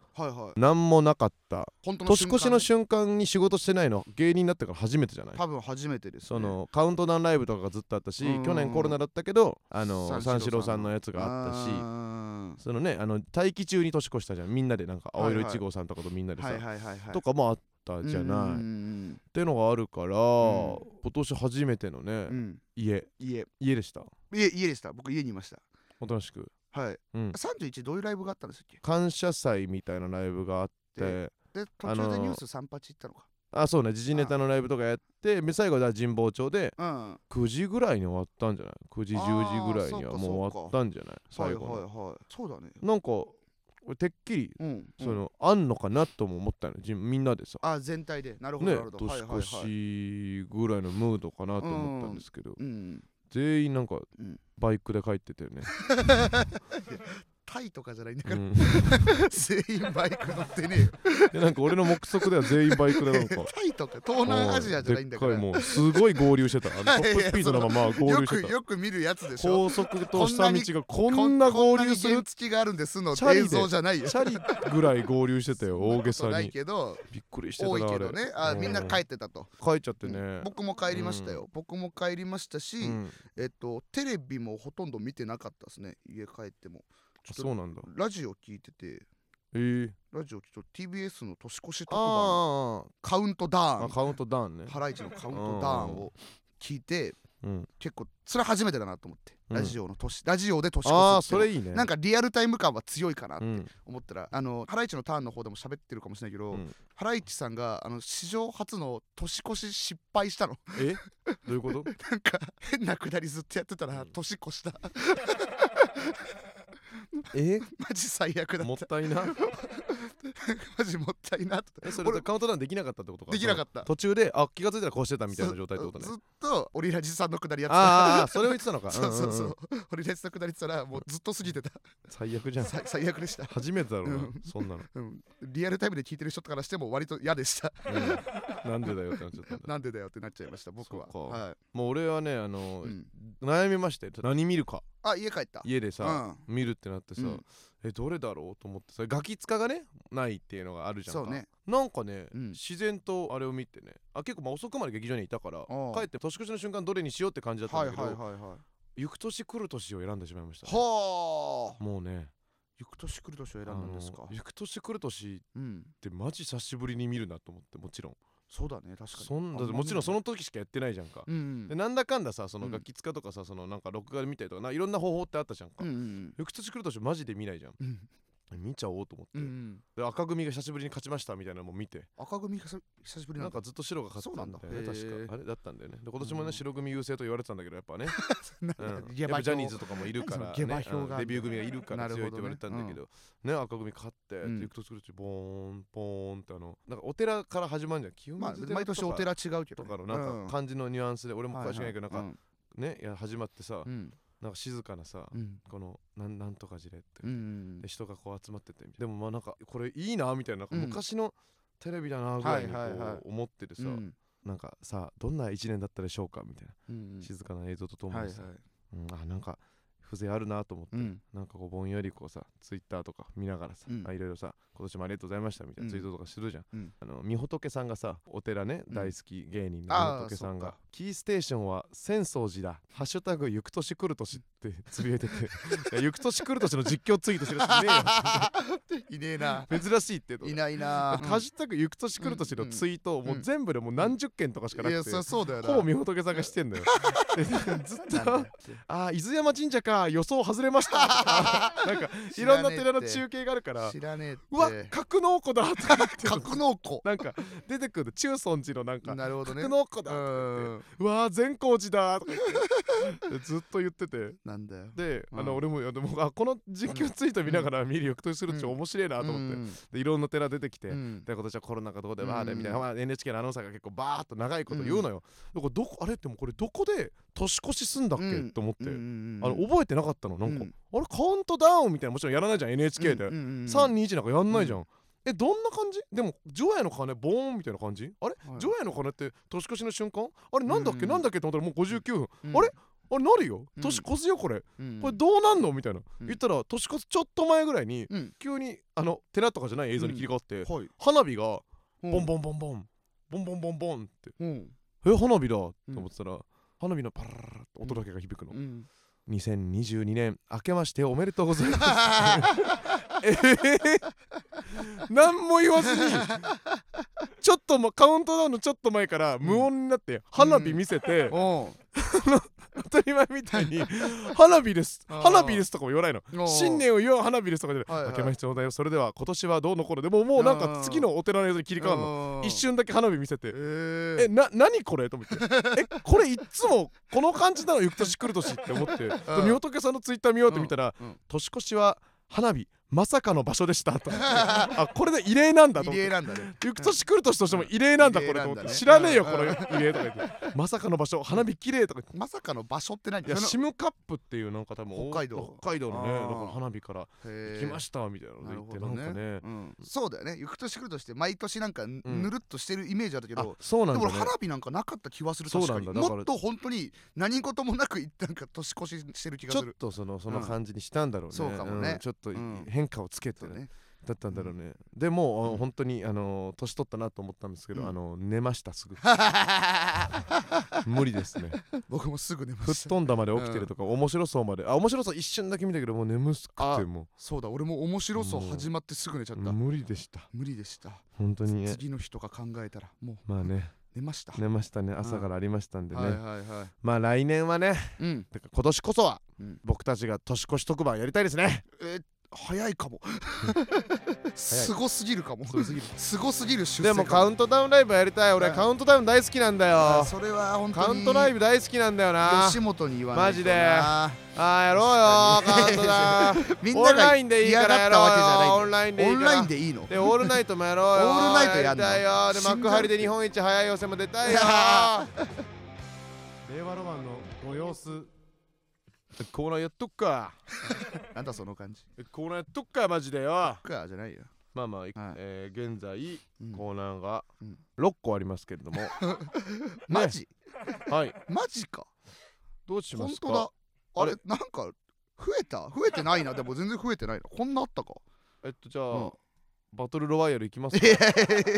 [SPEAKER 1] 何もなかった
[SPEAKER 2] 本当の
[SPEAKER 1] 年
[SPEAKER 2] 瞬間
[SPEAKER 1] 越しの瞬間に仕事してないの芸人になってから初めてじゃない
[SPEAKER 2] 多分初めてです、ね、
[SPEAKER 1] そのカウントダウンライブとかがずっとあったし
[SPEAKER 2] うん
[SPEAKER 1] 去年コロナだったけどあの
[SPEAKER 2] 三
[SPEAKER 1] 三
[SPEAKER 2] 四
[SPEAKER 1] 四
[SPEAKER 2] 郎
[SPEAKER 1] 郎
[SPEAKER 2] さ
[SPEAKER 1] さ
[SPEAKER 2] ん
[SPEAKER 1] ん
[SPEAKER 2] の
[SPEAKER 1] のやつがあったし
[SPEAKER 2] あ
[SPEAKER 1] そのねあの待機中に年越したじゃんみんなでなんか青色1号さんとかとみんな
[SPEAKER 2] ー
[SPEAKER 1] でさ、
[SPEAKER 2] はいはいはいはい
[SPEAKER 1] とかもあったじゃない、
[SPEAKER 2] う
[SPEAKER 1] っ
[SPEAKER 2] ん
[SPEAKER 1] ていうのがあるから、
[SPEAKER 2] ん
[SPEAKER 1] 今年初めてのね、
[SPEAKER 2] うんうんうん
[SPEAKER 1] 家
[SPEAKER 2] 家
[SPEAKER 1] 家でした
[SPEAKER 2] 家家でした僕家にいました
[SPEAKER 1] おとなしく
[SPEAKER 2] はい、
[SPEAKER 1] うん
[SPEAKER 2] 31どういうライブがあったんですっけ
[SPEAKER 1] 感謝祭みたいなライブがあって、
[SPEAKER 2] でで途中
[SPEAKER 1] あの
[SPEAKER 2] で
[SPEAKER 1] ー
[SPEAKER 2] ニュース38行ったのか
[SPEAKER 1] あそうね時事ネタのライブとかやってで最後は神保町で
[SPEAKER 2] うん
[SPEAKER 1] 9時ぐらいに終わったんじゃない9時
[SPEAKER 2] あー
[SPEAKER 1] 10時ぐらいには
[SPEAKER 2] そう
[SPEAKER 1] も
[SPEAKER 2] か
[SPEAKER 1] う終わったんじゃない
[SPEAKER 2] は
[SPEAKER 1] 最
[SPEAKER 2] い
[SPEAKER 1] 後の、
[SPEAKER 2] はいはいそうだね
[SPEAKER 1] なんか俺てっきり
[SPEAKER 2] うん
[SPEAKER 1] そ
[SPEAKER 2] うん
[SPEAKER 1] の、あんのかなとも思ったのじみんなでさ
[SPEAKER 2] あ全体でなるほど
[SPEAKER 1] ね
[SPEAKER 2] なるほど、
[SPEAKER 1] 年
[SPEAKER 2] はいはい
[SPEAKER 1] 越
[SPEAKER 2] はい
[SPEAKER 1] しぐらいのムードかなと思ったんですけど、
[SPEAKER 2] うん
[SPEAKER 1] 全員なんか
[SPEAKER 2] うん
[SPEAKER 1] バイクで帰ってたよね、
[SPEAKER 2] タイとかじゃ ないんだ
[SPEAKER 1] う
[SPEAKER 2] から、
[SPEAKER 1] ん、
[SPEAKER 2] 全員バイク乗ってねえよ
[SPEAKER 1] でなんか俺の目測では全員バイクでなんか
[SPEAKER 2] タイとか東南アジアじゃないんだか
[SPEAKER 1] で
[SPEAKER 2] ら
[SPEAKER 1] っかいもうすごい合流してたあの トップスピードのまま合
[SPEAKER 2] よ
[SPEAKER 1] 流して
[SPEAKER 2] く
[SPEAKER 1] た
[SPEAKER 2] よく見るやつでし
[SPEAKER 1] 高
[SPEAKER 2] ょ
[SPEAKER 1] 速と下道がこんな合
[SPEAKER 2] こんな
[SPEAKER 1] 流
[SPEAKER 2] に
[SPEAKER 1] する
[SPEAKER 2] 原付があるんですの
[SPEAKER 1] チャリ
[SPEAKER 2] 映
[SPEAKER 1] で
[SPEAKER 2] 像じゃないよ
[SPEAKER 1] チャリぐらい合流してたよ大げ
[SPEAKER 2] そ
[SPEAKER 1] さ
[SPEAKER 2] んなことない
[SPEAKER 1] に
[SPEAKER 2] けど
[SPEAKER 1] びっくりしてたな
[SPEAKER 2] 多いけ
[SPEAKER 1] あ
[SPEAKER 2] ど
[SPEAKER 1] れ
[SPEAKER 2] ねあみんな帰
[SPEAKER 1] う
[SPEAKER 2] ってたと
[SPEAKER 1] 帰っちゃって
[SPEAKER 2] うん
[SPEAKER 1] ね
[SPEAKER 2] 僕も帰りましたよ、僕も帰りましたし、
[SPEAKER 1] うん
[SPEAKER 2] えっとテレビもほとんど見てなかったですね家帰ってもちょっと
[SPEAKER 1] そうなんだ
[SPEAKER 2] ラジオ聞いてて
[SPEAKER 1] えー
[SPEAKER 2] ラジオ聞くと TBS の年越し特番
[SPEAKER 1] あー
[SPEAKER 2] カウントダ
[SPEAKER 1] あー
[SPEAKER 2] ウ
[SPEAKER 1] あ
[SPEAKER 2] ン
[SPEAKER 1] カウントダウンね
[SPEAKER 2] ハライチのカウントダウンを聞いて
[SPEAKER 1] うん
[SPEAKER 2] 結構それ初めてだなと思って、
[SPEAKER 1] うん
[SPEAKER 2] ラジオの年ラジオで年越しっていうの
[SPEAKER 1] あ
[SPEAKER 2] は
[SPEAKER 1] あそれいいね
[SPEAKER 2] なん
[SPEAKER 1] か
[SPEAKER 2] かリアルタイム感は強いかなと
[SPEAKER 1] うん
[SPEAKER 2] 思ったら、あのハライチのターンの方でも喋ってるかもしれないけど、
[SPEAKER 1] うん
[SPEAKER 2] ハライチさんがあの史上初の年越し失敗したの
[SPEAKER 1] えどういうこと
[SPEAKER 2] なんか変なくだりずっとやってたら
[SPEAKER 1] うん
[SPEAKER 2] 年越した
[SPEAKER 1] え
[SPEAKER 2] マジ最悪だ
[SPEAKER 1] もっ
[SPEAKER 2] った
[SPEAKER 1] たいな
[SPEAKER 2] マジもったいなって
[SPEAKER 1] えそれ
[SPEAKER 2] 俺
[SPEAKER 1] カウントダウンできなかったってことか
[SPEAKER 2] できなかった
[SPEAKER 1] 途中であ気が付いたらこうしてたみたいな状態ってことね
[SPEAKER 2] ずずっとオリラジさんのくだりやって
[SPEAKER 1] あーあーあー
[SPEAKER 2] た
[SPEAKER 1] それを言ってたのか
[SPEAKER 2] そうそうんそ
[SPEAKER 1] んん
[SPEAKER 2] うオリラジさんのくだりってたらもうずっと過ぎてた
[SPEAKER 1] 最悪じゃん
[SPEAKER 2] 最最悪でした、
[SPEAKER 1] 初めてだろうな
[SPEAKER 2] うん
[SPEAKER 1] そんなの、
[SPEAKER 2] うん、リアルタイムで聞いてる人からしても割と嫌でした
[SPEAKER 1] うんなんでだよってなっちゃったんだ
[SPEAKER 2] なんでだよってなっちゃいました僕は、
[SPEAKER 1] そうか
[SPEAKER 2] はい
[SPEAKER 1] もう俺はねあの、
[SPEAKER 2] うん、
[SPEAKER 1] 悩みまして何見るか
[SPEAKER 2] あ家帰った
[SPEAKER 1] 家で
[SPEAKER 2] う
[SPEAKER 1] さ、
[SPEAKER 2] ん
[SPEAKER 1] 見るってなってさ、
[SPEAKER 2] うん
[SPEAKER 1] えどれだろうと思ってさガキ使がねないっていうのがあるじゃんか
[SPEAKER 2] そうね
[SPEAKER 1] なんかね、
[SPEAKER 2] うん
[SPEAKER 1] 自然とあれを見てねあ結構まあ遅くまで劇場にはいたから
[SPEAKER 2] ああ
[SPEAKER 1] 帰って年越しの瞬間どれにしようって感じだったん
[SPEAKER 2] はい
[SPEAKER 1] だ
[SPEAKER 2] は
[SPEAKER 1] け
[SPEAKER 2] い
[SPEAKER 1] ど、
[SPEAKER 2] はいはい
[SPEAKER 1] 行く年来る年を選んでしまいました、
[SPEAKER 2] はあ
[SPEAKER 1] もうね
[SPEAKER 2] 行く年来る年を選んだんですか
[SPEAKER 1] あの行く年来る年っ
[SPEAKER 2] うん
[SPEAKER 1] てマジ久しぶりに見るなと思ってもちろん
[SPEAKER 2] そうだね確かに
[SPEAKER 1] そんだって
[SPEAKER 2] あま
[SPEAKER 1] もちろんそ
[SPEAKER 2] の
[SPEAKER 1] の時しかやってないじゃんか、
[SPEAKER 2] うん
[SPEAKER 1] でなんだかんださその
[SPEAKER 2] うん
[SPEAKER 1] 楽器使とかさ、そのなんか録画で見たりとかないろんな方法ってあったじゃんか、
[SPEAKER 2] うんうん
[SPEAKER 1] 翌年来る年マジで見ないじゃん
[SPEAKER 2] うんうん
[SPEAKER 1] 見ちゃおうと思って、
[SPEAKER 2] うんうん
[SPEAKER 1] で赤組が久しぶりに勝ちましたみたいなのも見て
[SPEAKER 2] 赤組久し久しぶり
[SPEAKER 1] な
[SPEAKER 2] なんんだ
[SPEAKER 1] かずっと白が勝ってたんだよね
[SPEAKER 2] そうなんだへ
[SPEAKER 1] 確
[SPEAKER 2] ー
[SPEAKER 1] かあれだったんだよねで今年も
[SPEAKER 2] う
[SPEAKER 1] ね
[SPEAKER 2] ん
[SPEAKER 1] 白組優勢と言われてたんだけどやっぱね、
[SPEAKER 2] なん
[SPEAKER 1] う
[SPEAKER 2] か
[SPEAKER 1] ん、やっぱジ
[SPEAKER 2] 下馬評
[SPEAKER 1] ャニーズとかもいるから、ね、
[SPEAKER 2] その下馬評があるんだ
[SPEAKER 1] うんデビュー組がいるから
[SPEAKER 2] なるほ
[SPEAKER 1] 強いって
[SPEAKER 2] どね
[SPEAKER 1] 言われてたんだけどね赤組勝って、
[SPEAKER 2] うん
[SPEAKER 1] で翌年来る年ボーンボーンってあのなんかお寺から始まるんじゃん清
[SPEAKER 2] まあ
[SPEAKER 1] 水寺とか、
[SPEAKER 2] 毎年お寺違うけ
[SPEAKER 1] と
[SPEAKER 2] どね
[SPEAKER 1] かのなんか漢字のニュアンスで俺も詳しくないけどなんか、ねいや始まってさ、
[SPEAKER 2] うん
[SPEAKER 1] なんか静かなさ、
[SPEAKER 2] うん
[SPEAKER 1] このなんなんとかじれって、
[SPEAKER 2] うんうん
[SPEAKER 1] で人がこう集まっててみたいなでもまあなんかこれいいなみたいななんか
[SPEAKER 2] うん
[SPEAKER 1] 昔のテレビだなぐらいにこ
[SPEAKER 2] はいはいはいう
[SPEAKER 1] 思っててさ、
[SPEAKER 2] うん
[SPEAKER 1] なんかさどんな一年だったでしょうかみたいな、
[SPEAKER 2] うん
[SPEAKER 1] 静かな映像とと
[SPEAKER 2] うんは
[SPEAKER 1] も
[SPEAKER 2] いは
[SPEAKER 1] に
[SPEAKER 2] い
[SPEAKER 1] さ、うんあなんか風情あるなと思って、
[SPEAKER 2] うん
[SPEAKER 1] なんかこうぼんやりこうさツイッターとか見ながらさ、
[SPEAKER 2] うん
[SPEAKER 1] あいろいろさ今年もありがとうございましたみたいなツイートとかしてるじゃん、
[SPEAKER 2] うん
[SPEAKER 1] あのみほとけさんがさお寺ね、
[SPEAKER 2] うん
[SPEAKER 1] 大好き芸人のみ
[SPEAKER 2] あー
[SPEAKER 1] ほとけさん
[SPEAKER 2] そっ
[SPEAKER 1] が
[SPEAKER 2] か
[SPEAKER 1] キーステーションは浅草寺だハッシュタグ行く年来る年ってつぶやい てていや行く年来る年の実況ツイートしてるやついね
[SPEAKER 2] いねえな
[SPEAKER 1] え よ珍しいってと
[SPEAKER 2] いないな
[SPEAKER 1] ハッシュタグ行く年来る年のツイートをもう全部でもう何十件とかしかないく
[SPEAKER 2] や
[SPEAKER 1] て、
[SPEAKER 2] そそうだよな
[SPEAKER 1] ほぼみほとけさんがして んだよでずっ
[SPEAKER 2] なんだよ
[SPEAKER 1] とあー伊豆山神社か予想外れました なんかいろんな寺の中継があるから
[SPEAKER 2] 知らねえって
[SPEAKER 1] うわ格納庫だと思って
[SPEAKER 2] 格納庫
[SPEAKER 1] なんか出てくる中尊寺のなんか
[SPEAKER 2] なるほどね
[SPEAKER 1] 格納庫だ
[SPEAKER 2] う
[SPEAKER 1] とか言って
[SPEAKER 2] ん
[SPEAKER 1] うわー善光寺だとか言って ずっと言ってて
[SPEAKER 2] なんだよ
[SPEAKER 1] で、あ
[SPEAKER 2] う
[SPEAKER 1] の
[SPEAKER 2] ん
[SPEAKER 1] 俺もいやでもあこの実況ツイート見ながら見る翌年するって
[SPEAKER 2] うん
[SPEAKER 1] 面白いなと思って、でいろんな寺出てきて、
[SPEAKER 2] うん
[SPEAKER 1] で今年はコロナがどうでわーでみたいな、
[SPEAKER 2] うん
[SPEAKER 1] まあ、NHK のアナウンサーが結構バーっと長いこと言うのよ、だからどこあれってもこれどこで年越しすんだっけ、
[SPEAKER 2] うん
[SPEAKER 1] と思って、
[SPEAKER 2] うんうんうん
[SPEAKER 1] あの覚えてなかったのなんか、
[SPEAKER 2] うん
[SPEAKER 1] あれカウントダウンみたいなもちろんやらないじゃん NHK で、
[SPEAKER 2] うんうんうんうん
[SPEAKER 1] 321なんかやんないじゃん、えどんな感じでも除夜の鐘ボーンみたいな感じあれ
[SPEAKER 2] はい
[SPEAKER 1] 除夜の鐘って年越しの瞬間あれなんだっ
[SPEAKER 2] うんう
[SPEAKER 1] け
[SPEAKER 2] ん
[SPEAKER 1] なんだっけと思ったらもう59分
[SPEAKER 2] うん
[SPEAKER 1] あれあれなるよ
[SPEAKER 2] うん
[SPEAKER 1] 年越すよこれ
[SPEAKER 2] うん
[SPEAKER 1] これどうなんのみたいな
[SPEAKER 2] うん
[SPEAKER 1] 言ったら年越すちょっと前ぐらいに
[SPEAKER 2] うん
[SPEAKER 1] 急にあの寺とかじゃない映像に切り替わって
[SPEAKER 2] はい
[SPEAKER 1] 花火がボンボ
[SPEAKER 2] ボ
[SPEAKER 1] ンボンボンボンボンボンボンって
[SPEAKER 2] ン
[SPEAKER 1] え花火だと思ってたら花火のパララララって音だけが響くの
[SPEAKER 2] うん
[SPEAKER 1] 2022年明けましておめでとうござ いますえー何も言わずにちょっともカウントダウンのちょっと前から無音になって花火見せて、
[SPEAKER 2] お
[SPEAKER 1] 当たり前みたいに「花火です
[SPEAKER 2] あー
[SPEAKER 1] 花火です」とかも言わないの
[SPEAKER 2] う
[SPEAKER 1] 新年を祝う花火ですとかじゃない、
[SPEAKER 2] はいはい
[SPEAKER 1] 明けましておめでとうございますそれでは今年はどうのこうのでもうもうなんか次のお寺の映像に切り替わるの
[SPEAKER 2] の
[SPEAKER 1] 一瞬だけ花火見せて
[SPEAKER 2] え
[SPEAKER 1] えな何これと思ってえこれいっつもこの感じなの翌年来る年って思ってで
[SPEAKER 2] うん
[SPEAKER 1] みおとけさんのツイッター見ようって見たら、
[SPEAKER 2] うんうん
[SPEAKER 1] 年越しは花火まさかの場所でしたと思って あこれで異例なんだと思
[SPEAKER 2] 異
[SPEAKER 1] って
[SPEAKER 2] 例なんだね
[SPEAKER 1] 翌年来る年としても異例なんだ
[SPEAKER 2] うん
[SPEAKER 1] これと思って、
[SPEAKER 2] 異例なんだね
[SPEAKER 1] 知らねえよ
[SPEAKER 2] うん
[SPEAKER 1] この異例とか言ってまさかの場所花火綺麗とか言って
[SPEAKER 2] まさかの場所って何
[SPEAKER 1] いや
[SPEAKER 2] その
[SPEAKER 1] シムカップっていうなんか多分
[SPEAKER 2] 北海道
[SPEAKER 1] 北海道のね
[SPEAKER 2] あ
[SPEAKER 1] だ
[SPEAKER 2] ー
[SPEAKER 1] から花火から
[SPEAKER 2] へ
[SPEAKER 1] 行
[SPEAKER 2] ー
[SPEAKER 1] きましたみたいなの
[SPEAKER 2] なる
[SPEAKER 1] 言っ
[SPEAKER 2] ほ
[SPEAKER 1] て
[SPEAKER 2] ど
[SPEAKER 1] なん
[SPEAKER 2] ね
[SPEAKER 1] かね
[SPEAKER 2] うんそうだよね行く年来るとして毎年なんかぬ
[SPEAKER 1] うん
[SPEAKER 2] ぬるっとしてるイメージあるけ
[SPEAKER 1] あ
[SPEAKER 2] ど
[SPEAKER 1] そう
[SPEAKER 2] で
[SPEAKER 1] なん
[SPEAKER 2] も
[SPEAKER 1] だ
[SPEAKER 2] 俺
[SPEAKER 1] ね
[SPEAKER 2] 花火なんかなかった気はする
[SPEAKER 1] そう
[SPEAKER 2] 確
[SPEAKER 1] な
[SPEAKER 2] か
[SPEAKER 1] んだ
[SPEAKER 2] に
[SPEAKER 1] だから
[SPEAKER 2] もっと本当に何事もなくなんか年越ししてる気が
[SPEAKER 1] ちょ
[SPEAKER 2] す
[SPEAKER 1] っ
[SPEAKER 2] る
[SPEAKER 1] とそのその
[SPEAKER 2] うん
[SPEAKER 1] 感じにしたんだろうね
[SPEAKER 2] そうかもね
[SPEAKER 1] んちょっとい
[SPEAKER 2] うん
[SPEAKER 1] 変化をつけて
[SPEAKER 2] そう
[SPEAKER 1] ね
[SPEAKER 2] だね
[SPEAKER 1] だったんだろうね、でもう、あ
[SPEAKER 2] うん
[SPEAKER 1] 本当にあのー年取ったなと思ったんですけど、
[SPEAKER 2] うん
[SPEAKER 1] あのー寝ました すぐ無理ですね
[SPEAKER 2] 僕もすぐ寝ま
[SPEAKER 1] 吹っ
[SPEAKER 2] した
[SPEAKER 1] 飛んだまで起きてるとか、面白そうまであ面白そう一瞬だけ見たけどもう眠すくて
[SPEAKER 2] あ
[SPEAKER 1] も
[SPEAKER 2] そうだ俺も面白そう
[SPEAKER 1] もう
[SPEAKER 2] 始まってすぐ寝ちゃ
[SPEAKER 1] う
[SPEAKER 2] った
[SPEAKER 1] 無理でした
[SPEAKER 2] 無理でした
[SPEAKER 1] 本当にね
[SPEAKER 2] 次の日とか考えたらもう
[SPEAKER 1] まあね
[SPEAKER 2] 寝ました
[SPEAKER 1] 寝ましたね朝からありましたんでね、
[SPEAKER 2] はいはいは
[SPEAKER 1] まあ来年はね
[SPEAKER 2] いうん
[SPEAKER 1] てか今年こそは
[SPEAKER 2] うん
[SPEAKER 1] 僕たちが年越し特番やりたいですね
[SPEAKER 2] えー早いか もすごすぎるかも
[SPEAKER 1] そうすぎる
[SPEAKER 2] すごすぎる出
[SPEAKER 1] で
[SPEAKER 2] 世
[SPEAKER 1] もカウントダウンライブやりたい俺
[SPEAKER 2] うん
[SPEAKER 1] カウントダウン大好きなんだ
[SPEAKER 2] あ
[SPEAKER 1] よ
[SPEAKER 2] それは本当に
[SPEAKER 1] カウントライブ大好きなんだよなあ
[SPEAKER 2] 吉本に言わないとな
[SPEAKER 1] ーやろうよ
[SPEAKER 2] 確
[SPEAKER 1] カ
[SPEAKER 2] か
[SPEAKER 1] ウン
[SPEAKER 2] に
[SPEAKER 1] トダウン
[SPEAKER 2] みん
[SPEAKER 1] オ
[SPEAKER 2] な
[SPEAKER 1] ンラ
[SPEAKER 2] が
[SPEAKER 1] インでいい
[SPEAKER 2] 嫌
[SPEAKER 1] から
[SPEAKER 2] が
[SPEAKER 1] や
[SPEAKER 2] ったわけじ
[SPEAKER 1] ろうよオ
[SPEAKER 2] ゃ
[SPEAKER 1] ンラインでいい
[SPEAKER 2] ないオン
[SPEAKER 1] か
[SPEAKER 2] ライ
[SPEAKER 1] ら
[SPEAKER 2] ンでいいの
[SPEAKER 1] でオールナイトもやろうよ
[SPEAKER 2] オールナイトやんの
[SPEAKER 1] りたいよで
[SPEAKER 2] 死んじゃうって
[SPEAKER 1] 幕張で日本一早い予選も出たい よ令和ロマンのご様子コーナーやっとっか
[SPEAKER 2] なんだその感じ
[SPEAKER 1] コーナーやっとっかマジでよ
[SPEAKER 2] かじゃないよ、
[SPEAKER 1] まあまあ、えー現在
[SPEAKER 2] うん
[SPEAKER 1] コーナーが
[SPEAKER 2] うん
[SPEAKER 1] 6個ありますけれど も
[SPEAKER 2] マジ
[SPEAKER 1] はい
[SPEAKER 2] マジか
[SPEAKER 1] どうしま
[SPEAKER 2] 本
[SPEAKER 1] す
[SPEAKER 2] 当
[SPEAKER 1] か
[SPEAKER 2] だあれ
[SPEAKER 1] あ
[SPEAKER 2] なんか増えた増えてないなでも全然増えてないなこんなあったか
[SPEAKER 1] えっとじゃあ、
[SPEAKER 2] うん
[SPEAKER 1] バトルロワイヤルいきます
[SPEAKER 2] い
[SPEAKER 1] か
[SPEAKER 2] やいや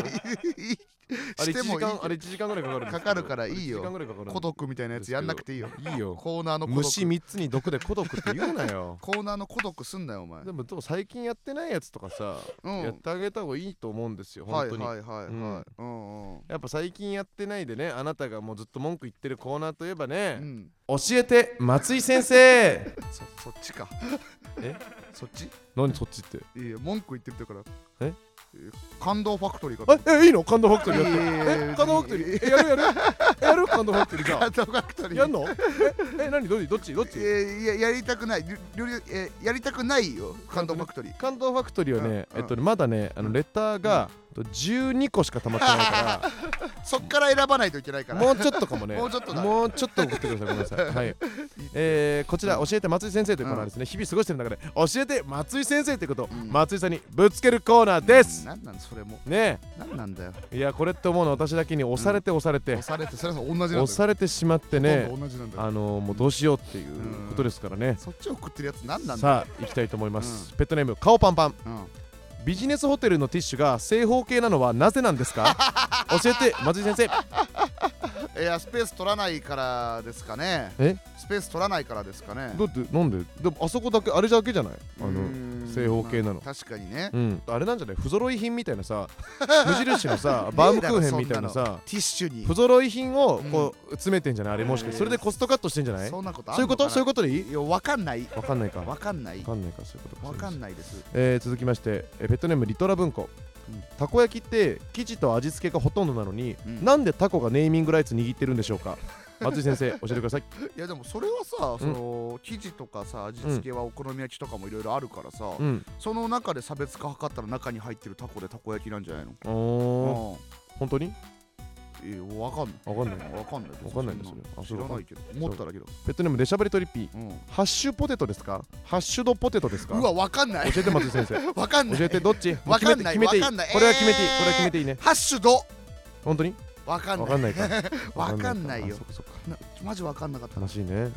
[SPEAKER 1] あれ1時
[SPEAKER 2] いやしてもいい
[SPEAKER 1] 間あれ1時間ぐらいかかるんですけど
[SPEAKER 2] かかるからいいよ
[SPEAKER 1] あれ1時間ぐらいかかるんで
[SPEAKER 2] 孤独みたいなやつやんなくていいよ
[SPEAKER 1] いいよ
[SPEAKER 2] コーナーの孤
[SPEAKER 1] 虫
[SPEAKER 2] 独
[SPEAKER 1] 3つに毒で孤独って言うなよ
[SPEAKER 2] コーナーの孤独すんなよお前
[SPEAKER 1] でもどう最近やってないやつとかさ、
[SPEAKER 2] う
[SPEAKER 1] やっ
[SPEAKER 2] ん
[SPEAKER 1] てあげた方がいいと思うんですよ
[SPEAKER 2] は
[SPEAKER 1] 本
[SPEAKER 2] い
[SPEAKER 1] 当に、
[SPEAKER 2] はいはいはいうんうん
[SPEAKER 1] やっぱ最近やってないでねあなたがもうずっと文句言ってるコーナーといえば
[SPEAKER 2] う
[SPEAKER 1] ね、
[SPEAKER 2] ん
[SPEAKER 1] 教えて松井先 生
[SPEAKER 2] そそっちか
[SPEAKER 1] え
[SPEAKER 2] そっち
[SPEAKER 1] 何そっちって
[SPEAKER 2] いや文句言ってみたから
[SPEAKER 1] え
[SPEAKER 2] え感動ファクトリーかと
[SPEAKER 1] ええいいの感動ファクトリーやって
[SPEAKER 2] いやいやいや
[SPEAKER 1] え感動ファクトリーえやるやるやる感動ファクトリーじ ゃ
[SPEAKER 2] 感動ファクトリー
[SPEAKER 1] やんのええ何どっちどっちどっ
[SPEAKER 2] え
[SPEAKER 1] ち
[SPEAKER 2] ーいややりたくないりょりょえーやりたくないよ感動ファクトリー
[SPEAKER 1] 感動ファクトリーはね、
[SPEAKER 2] う
[SPEAKER 1] え
[SPEAKER 2] ん
[SPEAKER 1] っとね、まだねあのレターが、えっと12個しか溜まってないか
[SPEAKER 2] そっから選ばないといけ ないからら
[SPEAKER 1] もうちょっとかもね
[SPEAKER 2] もうちょっとだ
[SPEAKER 1] もうちょっと送ってくださいごめんなさい、 はいえーこちら教えて松井先生というコーナーですね、日々過ごしてる中で教えて松井先生ということを
[SPEAKER 2] うん
[SPEAKER 1] 松井さんにぶつけるコーナーです、
[SPEAKER 2] なんなんそれも
[SPEAKER 1] ね
[SPEAKER 2] なんなんだよ
[SPEAKER 1] えいやこれって思うの私だけに押されて押されて、
[SPEAKER 2] 押されてそれは同じなんだよ
[SPEAKER 1] 押されてしまって
[SPEAKER 2] ほ
[SPEAKER 1] ね
[SPEAKER 2] とんど同じなんだよ
[SPEAKER 1] あのーもうどうしようっていうことですからね、
[SPEAKER 2] そっちを食ってるやつなんなんだよ
[SPEAKER 1] さあ行きたいと思います、ペットネーム顔パンパン
[SPEAKER 2] うん
[SPEAKER 1] ビジネスホテルのティッシュが正方形なのはなぜなんですか教えて松井先生
[SPEAKER 2] いやスペース取らないからですかね
[SPEAKER 1] え
[SPEAKER 2] スペース取らないからですかね
[SPEAKER 1] だってなんででもあそこだけあれだけじゃないあ
[SPEAKER 2] う
[SPEAKER 1] の
[SPEAKER 2] ーん
[SPEAKER 1] 正方形なの
[SPEAKER 2] まあ確かにね
[SPEAKER 1] うんあれなんじゃない不揃い品みたいな さ無印のさバウムクーヘンみたいな
[SPEAKER 2] ねえだろそんな
[SPEAKER 1] さ
[SPEAKER 2] ティッシュに
[SPEAKER 1] 不揃い品をこう詰めてんじゃないあれもしかして
[SPEAKER 2] えー
[SPEAKER 1] それでコストカットしてんじゃないそ
[SPEAKER 2] そんなことあ
[SPEAKER 1] ういうことそういう
[SPEAKER 2] こ
[SPEAKER 1] ことでいい
[SPEAKER 2] といやわかんない
[SPEAKER 1] わかんないかわ
[SPEAKER 2] わかんない
[SPEAKER 1] かんないかそういうことか
[SPEAKER 2] わか
[SPEAKER 1] すいませ
[SPEAKER 2] んないです
[SPEAKER 1] えー続きまして、えーペットネームリトラ文庫、
[SPEAKER 2] うん
[SPEAKER 1] たこ焼きって生地と味付けがほとんどなのに、
[SPEAKER 2] うん
[SPEAKER 1] なんでタコがネーミングライツ握ってるんでしょう か松井先生教えてください
[SPEAKER 2] いやでもそれはさその生地とかさ味付けはお好み焼きとかもいろいろあるからさ
[SPEAKER 1] うん
[SPEAKER 2] その中で差別化図ったら中に入ってるタコでたこ焼きなんじゃないの
[SPEAKER 1] おお
[SPEAKER 2] う
[SPEAKER 1] 本当に
[SPEAKER 2] んいやわかんない
[SPEAKER 1] わかんない
[SPEAKER 2] わかんない
[SPEAKER 1] わかんないですよねあ
[SPEAKER 2] 知
[SPEAKER 1] そう
[SPEAKER 2] らないけど思っただけだ
[SPEAKER 1] ペットネームデシャブリトリッピー
[SPEAKER 2] うん
[SPEAKER 1] ハッシュポテトですかハッシュドポテトですか
[SPEAKER 2] うわわかんない
[SPEAKER 1] 教えて松井先生
[SPEAKER 2] わかんない
[SPEAKER 1] 教えてどっちもう
[SPEAKER 2] わか
[SPEAKER 1] 決
[SPEAKER 2] ん
[SPEAKER 1] め
[SPEAKER 2] な
[SPEAKER 1] て
[SPEAKER 2] い
[SPEAKER 1] 決めていい
[SPEAKER 2] わかんない
[SPEAKER 1] これは決めていい
[SPEAKER 2] えー
[SPEAKER 1] これは決めていいね
[SPEAKER 2] ハッシュド
[SPEAKER 1] 本当に
[SPEAKER 2] わかん
[SPEAKER 1] わ
[SPEAKER 2] な
[SPEAKER 1] かん
[SPEAKER 2] い
[SPEAKER 1] ないか
[SPEAKER 2] わかんないよ
[SPEAKER 1] あそっかそっか
[SPEAKER 2] なマジわかんなかったな
[SPEAKER 1] 悲しいねう
[SPEAKER 2] うん
[SPEAKER 1] ん